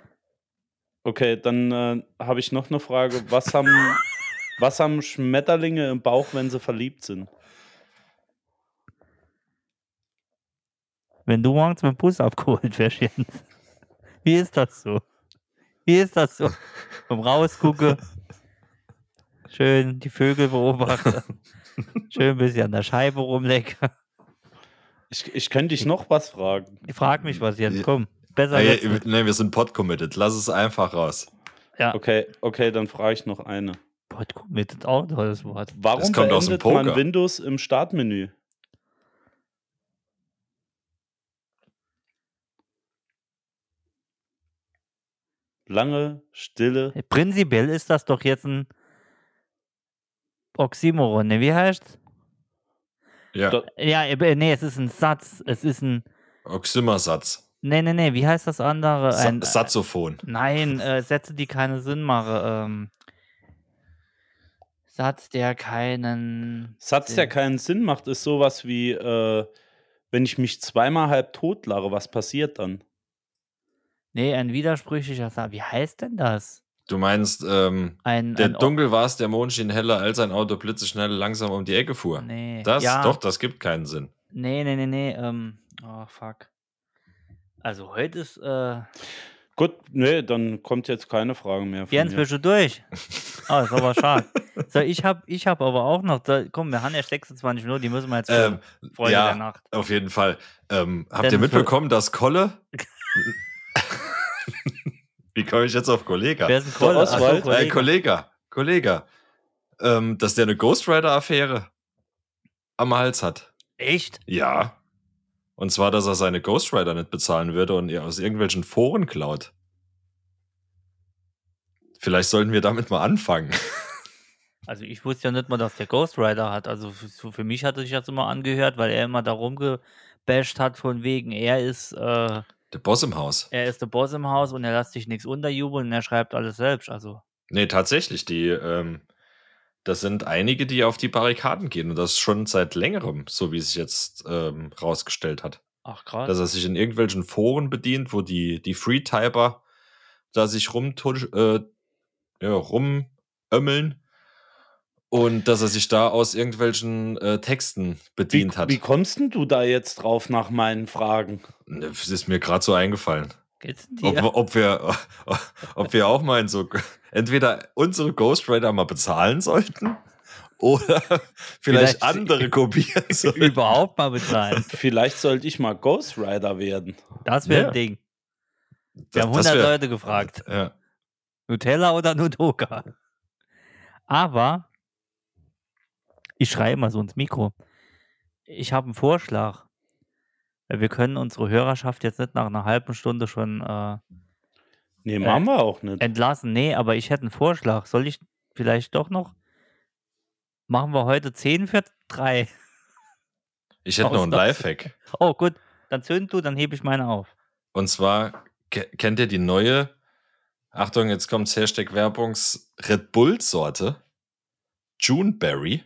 Speaker 6: Okay, dann äh, habe ich noch eine Frage. Was haben,
Speaker 4: [LAUGHS]
Speaker 6: was haben Schmetterlinge im Bauch, wenn sie verliebt sind?
Speaker 4: Wenn du morgens mit dem Bus abgeholt wirst, Jens. [LAUGHS] Wie ist das so? Wie ist das so? Vom Rausgucke. Schön die Vögel
Speaker 6: [LAUGHS]
Speaker 4: beobachte. Schön ein bisschen an der Scheibe rumlecke.
Speaker 6: Ich, ich könnte
Speaker 4: Hm.
Speaker 6: dich noch was fragen.
Speaker 4: Ich frag mich was, Jens. Komm. Besser
Speaker 6: Ah,
Speaker 5: Ey,
Speaker 4: wird's nicht.
Speaker 5: nee, wir sind pod-committed. Lass es einfach raus.
Speaker 4: Ja.
Speaker 6: Okay, okay, dann frage ich noch eine.
Speaker 4: Boah, guck mir das auch ein tolles Wort.
Speaker 6: Warum
Speaker 5: Das kommt aus dem
Speaker 6: beendet man
Speaker 5: Poker.
Speaker 6: Windows im Startmenü? Lange, stille.
Speaker 4: Prinzipiell ist das doch jetzt ein Oxymoron, ne? Wie heißt?
Speaker 5: Ja,
Speaker 6: Da-
Speaker 4: Ja, äh, nee, es ist ein Satz. Es ist ein.
Speaker 5: Oxymersatz.
Speaker 4: Nee, nee, nee, wie heißt das andere?
Speaker 5: Sa
Speaker 4: Ein, äh,
Speaker 5: Saxophon.
Speaker 4: nein, äh, Sätze, die keinen Sinn machen. Ähm, Satz, der keinen.
Speaker 6: Satz, der keinen Sinn macht, ist sowas wie, äh, wenn ich mich zweimal halb tot lache, was passiert dann?
Speaker 4: Nee, ein widersprüchlicher Satz. Wie heißt denn das?
Speaker 5: Du meinst, ähm,
Speaker 4: Ein.
Speaker 5: der
Speaker 4: ein O-
Speaker 5: dunkel war es, der Mond schien heller, als ein Auto blitzeschnell langsam um die Ecke fuhr.
Speaker 4: Nee.
Speaker 5: Das,
Speaker 4: ja,
Speaker 5: doch, das gibt keinen Sinn.
Speaker 4: Nee, nee, nee, nee. Ähm, oh, fuck. Also heute ist. Äh,
Speaker 6: Gut, nee, dann kommt jetzt keine Frage mehr. Von
Speaker 4: Jens,
Speaker 6: mir.
Speaker 4: bist du
Speaker 5: [LAUGHS]
Speaker 4: durch? Ah, ist aber schade. So, ich habe ich hab aber auch noch. Da, komm, wir haben ja 26 Minuten, die müssen wir jetzt
Speaker 5: Ähm,
Speaker 4: ähm, Freunde
Speaker 5: ja.
Speaker 4: der Nacht.
Speaker 5: Auf jeden Fall. Ähm, habt
Speaker 4: Denn-
Speaker 5: ihr mitbekommen, dass Kolle.
Speaker 4: [LAUGHS]
Speaker 5: Wie komme ich jetzt auf Kollega?
Speaker 4: Wer ist ein Kolle? Achso,
Speaker 6: Oswald?
Speaker 5: Äh,
Speaker 4: Kollege.
Speaker 5: Kollega, Kollega. Ähm, dass der eine Ghostwriter-Affäre am Hals hat.
Speaker 4: Echt?
Speaker 5: Ja. Und zwar, dass er seine Ghostwriter nicht bezahlen würde und ihr aus irgendwelchen Foren klaut. Vielleicht sollten wir damit mal anfangen.
Speaker 4: Also ich wusste ja nicht mal, dass der Ghost Rider hat. Also für, für mich hatte ich das immer angehört, weil er immer da rumgebasht hat von wegen, er ist, äh,
Speaker 5: Der Boss im Haus.
Speaker 4: er ist der Boss im Haus und er lässt sich nichts unterjubeln und er schreibt alles selbst. Also
Speaker 5: Nee, tatsächlich. Die, ähm, das sind einige, die auf die Barrikaden gehen. Und das schon seit längerem, so wie es sich jetzt ähm, rausgestellt hat.
Speaker 4: ach krass.
Speaker 5: dass er sich in irgendwelchen Foren bedient, wo die, die Free-Typer da sich rumtusch, äh, ja, rumömmeln und dass er sich da aus irgendwelchen äh, Texten
Speaker 6: wie,
Speaker 5: bedient hat.
Speaker 6: wie kommst denn du da jetzt drauf nach meinen Fragen?
Speaker 5: Ne, Das ist mir gerade so eingefallen.
Speaker 4: Geht's
Speaker 5: Ob,
Speaker 4: dir?
Speaker 5: ob, wir, [LAUGHS] ob wir auch mal in so entweder unsere Ghost Rider mal bezahlen sollten [LAUGHS] oder vielleicht,
Speaker 4: Vielleicht-
Speaker 5: andere kopieren sollten.
Speaker 4: Überhaupt mal
Speaker 5: [LAUGHS]
Speaker 4: bezahlen.
Speaker 6: Vielleicht sollte ich mal Ghost Rider werden.
Speaker 4: Das wäre
Speaker 5: Ja.
Speaker 4: ein Ding. Wir
Speaker 5: Das-
Speaker 4: haben
Speaker 5: das
Speaker 4: 100
Speaker 5: wär-
Speaker 4: Leute gefragt.
Speaker 5: Ja.
Speaker 4: Nutella oder Nudoka. Aber ich schreie immer so ins Mikro. Ich habe einen Vorschlag. Wir können unsere Hörerschaft jetzt nicht nach einer halben Stunde schon äh,
Speaker 6: Nee, machen wir auch nicht.
Speaker 4: entlassen. Nee, aber ich hätte einen Vorschlag. Soll ich vielleicht doch noch? Machen wir heute 10 für 3.
Speaker 5: Ich hätte noch einen
Speaker 4: Ausnahms-
Speaker 5: Lifehack.
Speaker 4: [LAUGHS] Oh, gut. Dann zünd du, dann hebe ich meine auf.
Speaker 5: Und zwar ke- kennt ihr die neue, Achtung, jetzt kommt's Hashtag Werbungs Red Bull Sorte. Juneberry.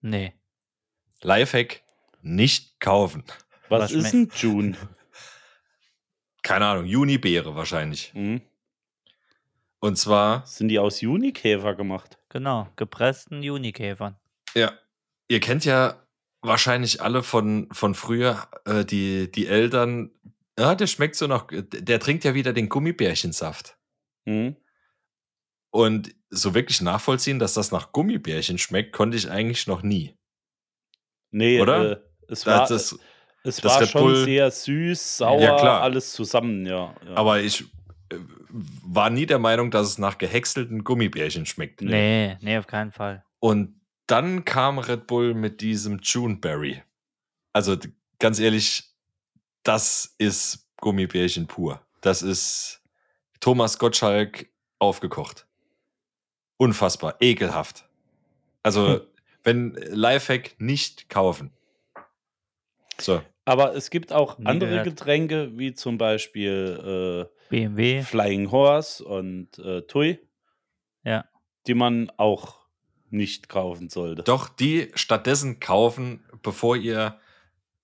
Speaker 4: Nee.
Speaker 5: Lifehack, nicht kaufen.
Speaker 6: Was
Speaker 4: was
Speaker 6: ist ein June?
Speaker 5: Keine Ahnung, Junibeere wahrscheinlich.
Speaker 6: Hm?
Speaker 5: Und zwar,
Speaker 6: Sind die aus Junikäfer gemacht?
Speaker 4: Genau. Gepressten Junikäfern.
Speaker 5: ja, ihr kennt ja wahrscheinlich alle von, von früher äh, die, die Eltern. Ja, der schmeckt so nach, der trinkt ja wieder den Gummibärchensaft.
Speaker 6: Hm?
Speaker 5: Und so wirklich nachvollziehen, dass das nach Gummibärchen schmeckt, konnte ich eigentlich noch nie.
Speaker 6: Nee,
Speaker 5: Oder?
Speaker 6: Äh, es war,
Speaker 5: Das ist,
Speaker 6: Es
Speaker 5: Das
Speaker 6: war
Speaker 5: Red
Speaker 6: schon
Speaker 5: Bull-
Speaker 6: sehr süß, sauer,
Speaker 5: Ja, klar.
Speaker 6: alles zusammen, ja. ja.
Speaker 5: Aber ich äh, war nie der Meinung, dass es nach gehäckselten Gummibärchen schmeckt.
Speaker 4: Nee, nee, auf keinen Fall.
Speaker 5: Und dann kam Red Bull mit diesem Juneberry. Also d- ganz ehrlich, das ist Gummibärchen pur. Das ist Thomas Gottschalk aufgekocht. Unfassbar, ekelhaft. Also, wenn Lifehack nicht kaufen. So,
Speaker 6: Aber es gibt auch
Speaker 4: Nie
Speaker 6: andere
Speaker 4: gehört.
Speaker 6: Getränke, wie zum Beispiel äh,
Speaker 4: BMW.
Speaker 6: Flying Horse und äh, Tui,
Speaker 4: Ja.
Speaker 6: die man auch nicht kaufen sollte.
Speaker 5: doch die stattdessen kaufen, bevor ihr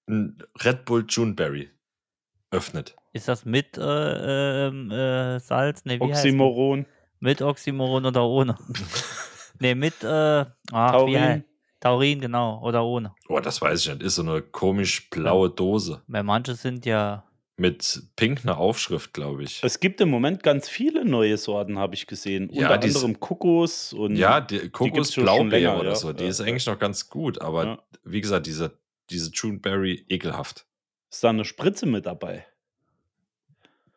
Speaker 5: ein Red Bull Juneberry
Speaker 6: [LAUGHS]
Speaker 5: öffnet.
Speaker 4: Ist das mit äh, ähm, äh, Salz? Nee, wie heißt das?
Speaker 6: Oxymoron,
Speaker 4: Mit Oxymoron oder ohne? [LAUGHS] nee, mit äh, ach, wie
Speaker 6: Taurin.
Speaker 4: hei- Taurin, genau, oder ohne.
Speaker 5: Oh, das weiß ich nicht. Ist so eine komisch blaue Dose
Speaker 4: Weil manche sind ja.
Speaker 5: mit pinkener Aufschrift, glaube ich.
Speaker 6: Es gibt im Moment ganz viele neue Sorten, habe ich gesehen.
Speaker 5: Ja,
Speaker 6: Unter
Speaker 5: dies-
Speaker 6: anderem Kokos und
Speaker 5: Ja, die
Speaker 6: gibt's
Speaker 5: Kokos
Speaker 6: schon schon
Speaker 5: Blaubeer
Speaker 6: länger,
Speaker 5: oder
Speaker 6: ja.
Speaker 5: so, die
Speaker 6: Ja,
Speaker 5: ist
Speaker 6: ja.
Speaker 5: eigentlich noch ganz gut, aber
Speaker 6: Ja.
Speaker 5: wie gesagt, diese, diese Juneberry ekelhaft.
Speaker 6: ist da eine Spritze mit dabei.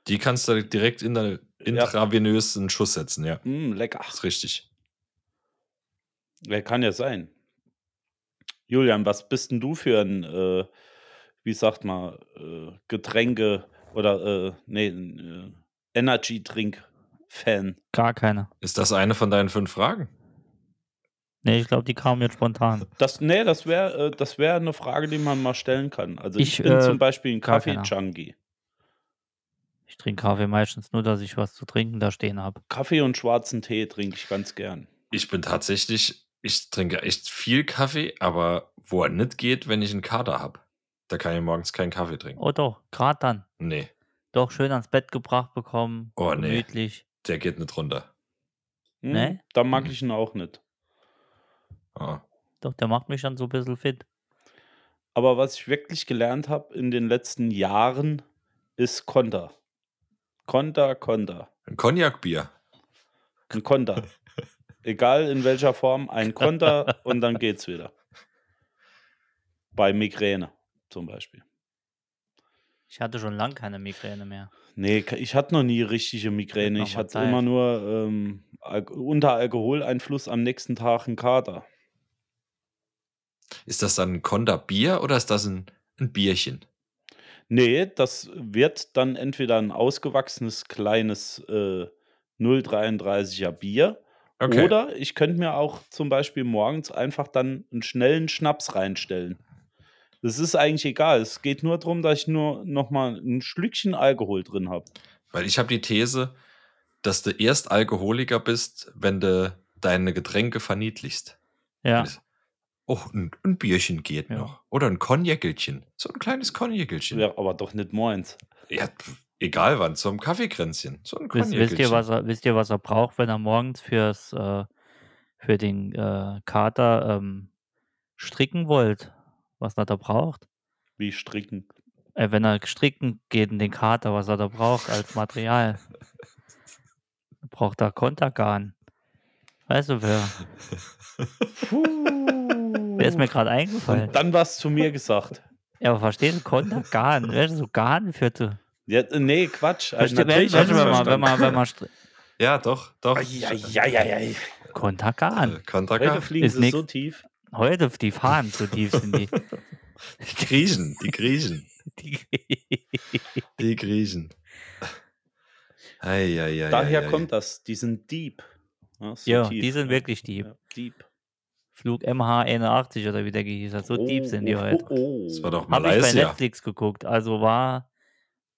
Speaker 5: Die kannst du direkt in der intravenös einen Schuss setzen, ja.
Speaker 6: Mm, lecker.
Speaker 5: Ist richtig.
Speaker 6: Ja, kann ja sein. Julian, was bist denn du für ein, äh, wie sagt man, äh, Getränke oder, äh, nee, ein, äh, Energy-Drink-Fan?
Speaker 4: Gar keine.
Speaker 5: Ist das eine von deinen fünf Fragen?
Speaker 4: Nee, ich glaube, die kamen jetzt spontan.
Speaker 6: Das, nee, das wäre äh, das wär eine Frage, die man mal stellen kann. Also ich,
Speaker 4: Ich,
Speaker 6: bin
Speaker 4: äh,
Speaker 6: zum Beispiel ein
Speaker 4: gar keiner.
Speaker 6: Kaffee-Junkie.
Speaker 4: Ich trinke Kaffee meistens nur, dass ich was zu trinken da stehen habe.
Speaker 6: Kaffee und schwarzen Tee trinke ich ganz gern.
Speaker 5: Ich bin tatsächlich, ich trinke echt viel Kaffee, aber wo er nicht geht, wenn ich einen Kater habe. Da kann ich morgens keinen Kaffee trinken.
Speaker 4: Oh doch, gerade dann.
Speaker 5: Nee,
Speaker 4: Doch, schön ans Bett gebracht bekommen.
Speaker 5: Oh, nee.
Speaker 4: Gemütlich.
Speaker 5: der geht nicht runter.
Speaker 6: Hm?
Speaker 4: Nee?
Speaker 6: Da mag
Speaker 5: Mhm.
Speaker 6: ich ihn auch nicht.
Speaker 5: Ah.
Speaker 4: Doch, der macht mich dann so ein bisschen fit.
Speaker 6: Aber was ich wirklich gelernt habe in den letzten Jahren, ist Konter. Konter, Konter.
Speaker 5: Ein Cognac-Bier.
Speaker 6: Ein Konter. Egal in welcher Form, ein Konter und dann geht's wieder. Bei Migräne zum Beispiel.
Speaker 4: Ich hatte schon lange keine Migräne mehr.
Speaker 6: Nee, ka- ich hatte noch nie richtige
Speaker 4: Wird
Speaker 6: Migräne.
Speaker 4: noch
Speaker 6: Ich
Speaker 4: mal
Speaker 6: hatte
Speaker 4: Zeit.
Speaker 6: immer nur ähm, Al unter Alkoholeinfluss am nächsten Tag einen Kater.
Speaker 5: Ist das dann ein Konda-Bier oder ist das ein, ein Bierchen?
Speaker 6: Nee, das wird dann entweder ein ausgewachsenes kleines äh, 0,33er Bier Oder ich könnte mir auch zum Beispiel morgens einfach dann einen schnellen Schnaps reinstellen. Das ist eigentlich egal. Es geht nur darum, dass ich nur noch mal ein Schlückchen Alkohol drin habe.
Speaker 5: Weil ich habe die These, dass du erst Alkoholiker bist, wenn du deine Getränke verniedlichst.
Speaker 4: Ja.
Speaker 5: Das- Oh, ein, ein Bierchen geht
Speaker 4: Ja.
Speaker 5: noch. Oder ein Cognacelchen. So ein kleines Cognacelchen. Ja.
Speaker 6: Ja, aber doch nicht moins.
Speaker 5: pf, egal wann, zum Kaffeekränzchen. So ein
Speaker 4: Wisst, wisst, ihr, was
Speaker 5: Cognacelchen.
Speaker 4: er, wisst ihr, was er braucht, wenn er morgens fürs, äh, für den äh, Kater ähm, stricken wollt? Was er da braucht?
Speaker 6: Wie stricken.
Speaker 4: Äh, wenn er stricken geht in den Kater, was er da braucht
Speaker 6: [LAUGHS]
Speaker 4: als Material? braucht er Kontergarn. Weißt du wer? Der ist mir gerade eingefallen.
Speaker 6: Und dann was zu mir gesagt.
Speaker 4: Ja, aber verstehst du, Kontergarn? Wer ist so Garn für du?
Speaker 6: Ja, nee, Quatsch. Also
Speaker 4: Verste- wenn,
Speaker 6: natürlich
Speaker 4: wenn,
Speaker 6: hab
Speaker 4: wenn,
Speaker 6: ich's
Speaker 4: man, wenn man, wenn man str-
Speaker 5: Ja, doch, doch. Äh,
Speaker 6: verstanden. Ja, ja, ja, ja.
Speaker 4: Kontergarn.
Speaker 6: Heute
Speaker 4: [LAUGHS]
Speaker 5: Konterka.
Speaker 6: fliegen
Speaker 4: Ist
Speaker 6: sie
Speaker 4: nix.
Speaker 6: so tief.
Speaker 4: Heute die Fahnen zu tief sind
Speaker 6: [LAUGHS]
Speaker 4: die.
Speaker 5: Die Griechen, die Griechen,
Speaker 4: die
Speaker 5: die Griechen. Ei, ei, ei,
Speaker 6: Daher
Speaker 5: ei, ei.
Speaker 6: kommt das. Die sind deep. Ja, so
Speaker 4: ja,
Speaker 6: tief,
Speaker 4: die sind
Speaker 6: ja.
Speaker 4: wirklich deep.
Speaker 6: Ja, deep.
Speaker 4: Flug MH81 oder wie der gehieß hat. So deep sind die halt.
Speaker 6: oh,
Speaker 4: heute.
Speaker 6: Oh, oh.
Speaker 5: Das war doch
Speaker 4: Habe ich bei
Speaker 5: Malaysia.
Speaker 4: Netflix geguckt. Also war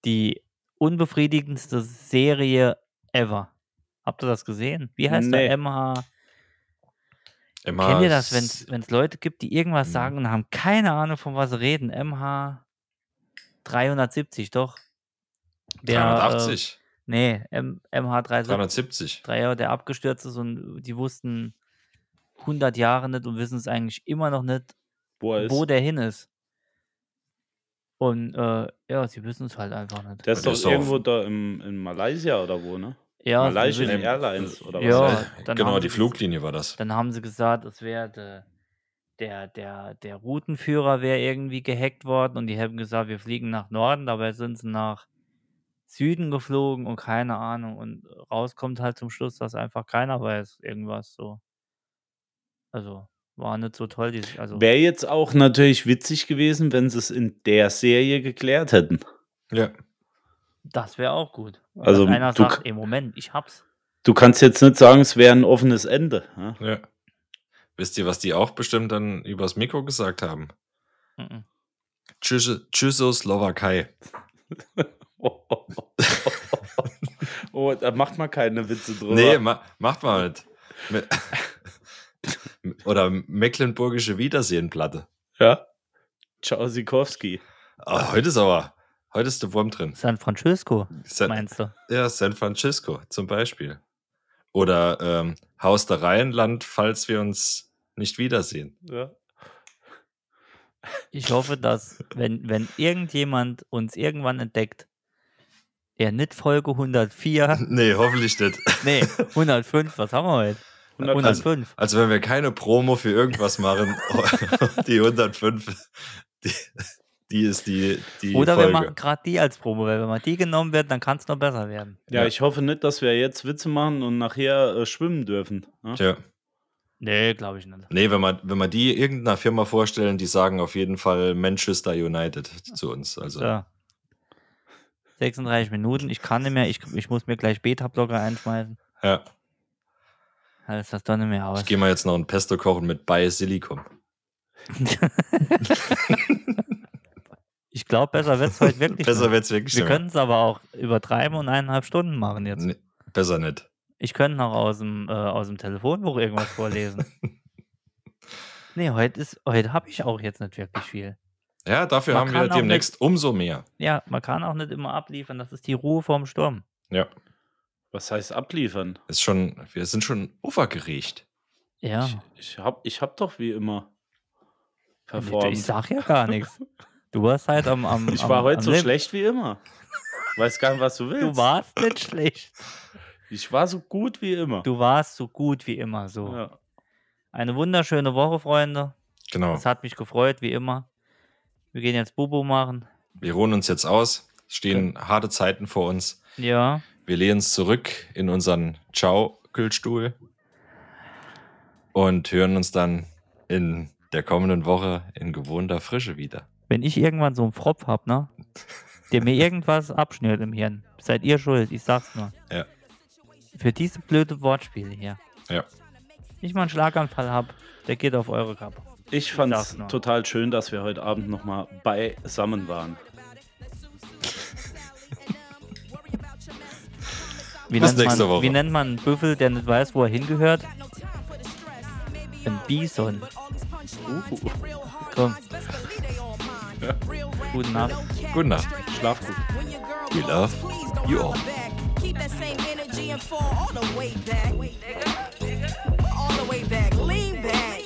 Speaker 4: die unbefriedigendste Serie ever. Habt ihr das gesehen? Wie heißt
Speaker 6: Nee.
Speaker 4: der MH?
Speaker 5: Immer
Speaker 4: Kennt ihr das,
Speaker 5: s-
Speaker 4: wenn es Leute gibt, die irgendwas
Speaker 5: Hm.
Speaker 4: sagen und haben keine Ahnung, von was sie reden? MH 370, doch. Der,
Speaker 5: 380,
Speaker 4: Äh, nee, M MH 370.
Speaker 5: 370.
Speaker 4: drei Jahre, der abgestürzt ist und die wussten 100 Jahre nicht und wissen es eigentlich immer noch nicht,
Speaker 6: Boah, ist,
Speaker 4: wo der hin ist. Und äh, ja, sie wissen es halt einfach nicht.
Speaker 6: Der ist
Speaker 5: Der
Speaker 6: doch
Speaker 5: ist doch
Speaker 6: irgendwo
Speaker 5: auf-
Speaker 6: da im, in Malaysia oder wo, ne?
Speaker 4: Ja, sie
Speaker 6: Malaysian
Speaker 4: wissen-
Speaker 6: Airlines oder
Speaker 4: Ja,
Speaker 6: was?
Speaker 5: Äh,
Speaker 4: dann
Speaker 5: genau,
Speaker 4: haben
Speaker 5: die
Speaker 4: sie-
Speaker 5: Fluglinie war das.
Speaker 4: dann haben sie gesagt, es wäre der äh, der, der, der Routenführer wäre irgendwie gehackt worden und die haben gesagt, wir fliegen nach Norden, dabei sind sie nach Süden geflogen und keine Ahnung. Und rauskommt halt zum Schluss, dass einfach keiner weiß, irgendwas so. Also, war nicht so toll. Die, also,
Speaker 6: Wäre jetzt auch natürlich witzig gewesen, wenn sie es in der Serie geklärt hätten.
Speaker 5: Ja.
Speaker 4: das wäre auch gut. Dass
Speaker 6: Also,
Speaker 4: einer
Speaker 6: du
Speaker 4: sagt,
Speaker 6: k-
Speaker 4: im Moment, ich hab's.
Speaker 6: Du kannst jetzt nicht sagen, es wäre ein offenes Ende. Ja?
Speaker 5: Ja. Wisst ihr, was die auch bestimmt dann übers Mikro gesagt haben?
Speaker 4: Mhm.
Speaker 5: Tschüss- Tschüssoslowakei.
Speaker 6: Oh, oh, oh, oh, [LAUGHS] oh. Oh, da macht man keine Witze drüber.
Speaker 5: Nee, ma macht mal nicht. [LAUGHS] Me- Oder Mecklenburgische Wiedersehenplatte.
Speaker 6: ja. Ciao, Sikowski.
Speaker 5: Ah, heute ist aber, heute ist der Wurm drin.
Speaker 4: San Francisco,
Speaker 5: San,
Speaker 4: meinst du?
Speaker 5: Ja, San Francisco zum Beispiel. Oder ähm, Haus der Rheinland, falls wir uns nicht wiedersehen. [LAUGHS]
Speaker 6: Ja.
Speaker 4: Ich hoffe, dass, wenn, wenn irgendjemand uns irgendwann entdeckt, er nicht Folge
Speaker 5: [LAUGHS]
Speaker 4: 104,
Speaker 5: Nee, hoffentlich nicht.
Speaker 4: nee, 105, was haben wir heute? 105.
Speaker 5: Also wenn wir keine Promo für irgendwas machen, [LAUGHS] die 105, die, die ist die, die
Speaker 4: Oder wir
Speaker 5: Folge.
Speaker 4: machen gerade die als Promo, weil wenn mal die genommen wird, dann kann es noch besser werden.
Speaker 6: Ja, ich hoffe nicht, dass wir jetzt Witze machen und nachher äh, schwimmen dürfen. Ja?
Speaker 5: Tja.
Speaker 4: Nee, glaube ich nicht.
Speaker 5: Nee, wenn man, wenn man die irgendeiner Firma vorstellen, die sagen auf jeden Fall Manchester United zu uns. Also
Speaker 4: So. 36 Minuten, ich kann nicht mehr, ich, ich muss mir gleich Beta-Blocker einschmeißen.
Speaker 5: ja,
Speaker 4: Dann ist das doch nicht mehr aus.
Speaker 5: ich gehe mal jetzt noch ein Pesto kochen mit Bayer Silicon.
Speaker 4: Ich glaube, besser wird es heute wirklich.
Speaker 5: [LAUGHS] Besser
Speaker 4: nicht.
Speaker 5: wird's wirklich
Speaker 4: Wir
Speaker 5: nicht
Speaker 4: können es aber auch übertreiben und eineinhalb Stunden machen jetzt.
Speaker 5: Nee, besser nicht.
Speaker 4: Ich könnte noch aus dem, äh, aus dem Telefonbuch irgendwas
Speaker 6: [LAUGHS]
Speaker 4: vorlesen. nee, heute ist, heute habe ich auch jetzt nicht wirklich viel.
Speaker 5: Ja, dafür
Speaker 4: Man
Speaker 5: haben wir
Speaker 4: kann auch
Speaker 5: demnächst umso mehr.
Speaker 4: Ja, man kann auch nicht immer abliefern, das ist die Ruhe vorm Sturm.
Speaker 5: Ja,
Speaker 6: Was heißt abliefern?
Speaker 5: ist schon, wir sind schon ufergeregt.
Speaker 4: Ja.
Speaker 6: Ich, ich, hab, ich hab doch wie immer
Speaker 4: Ich,
Speaker 6: performt.
Speaker 4: ich sag ja gar nichts. Du warst halt am. am
Speaker 6: [LAUGHS] Ich
Speaker 4: am,
Speaker 6: war heute
Speaker 4: am
Speaker 6: so
Speaker 4: Limit.
Speaker 6: schlecht wie immer. Weiß gar nicht, was du willst.
Speaker 4: Du warst nicht schlecht.
Speaker 6: ich war so gut wie immer.
Speaker 4: Du warst so gut wie immer so.
Speaker 6: ja.
Speaker 4: Eine wunderschöne Woche, Freunde.
Speaker 5: Genau.
Speaker 4: Es hat mich gefreut, wie immer. Wir gehen jetzt Bubu machen.
Speaker 5: Wir ruhen uns jetzt aus. Stehen harte Zeiten vor uns.
Speaker 4: Ja.
Speaker 5: Wir lehnen uns zurück in unseren Schaukelstuhl und hören uns dann in der kommenden Woche in gewohnter Frische wieder.
Speaker 4: Wenn ich irgendwann so einen Fropf hab, ne? Der mir
Speaker 5: [LAUGHS]
Speaker 4: irgendwas abschnürt im Hirn. Seid ihr schuld, ich sag's nur.
Speaker 5: Ja.
Speaker 4: Für diese blöde Wortspiele hier.
Speaker 5: Ja.
Speaker 4: Wenn ich mal einen Schlaganfall hab, der geht auf eure Kappe.
Speaker 6: Ich
Speaker 4: sag's
Speaker 6: fand's
Speaker 4: nur.
Speaker 6: total schön, dass wir heute Abend nochmal beisammen waren.
Speaker 4: Wie
Speaker 5: Bis
Speaker 4: nennt
Speaker 5: nächste
Speaker 4: man,
Speaker 5: Woche.
Speaker 4: Wie nennt man einen Büffel, der nicht weiß, wo er hingehört? Ein Bison. Uh. Komm. Guten Nacht.
Speaker 5: Guten Nacht.
Speaker 6: Schlaf gut.
Speaker 5: We love you all.
Speaker 3: Keep that same energy and fall all the way back. All the way back. Lean
Speaker 5: [LAUGHS]
Speaker 3: back.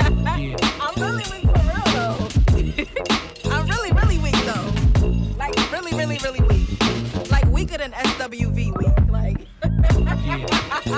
Speaker 2: I'm really weak for real though. [LAUGHS] I'm really, really weak though. Like really, really, really weak. Like weaker than SWV weak. Like.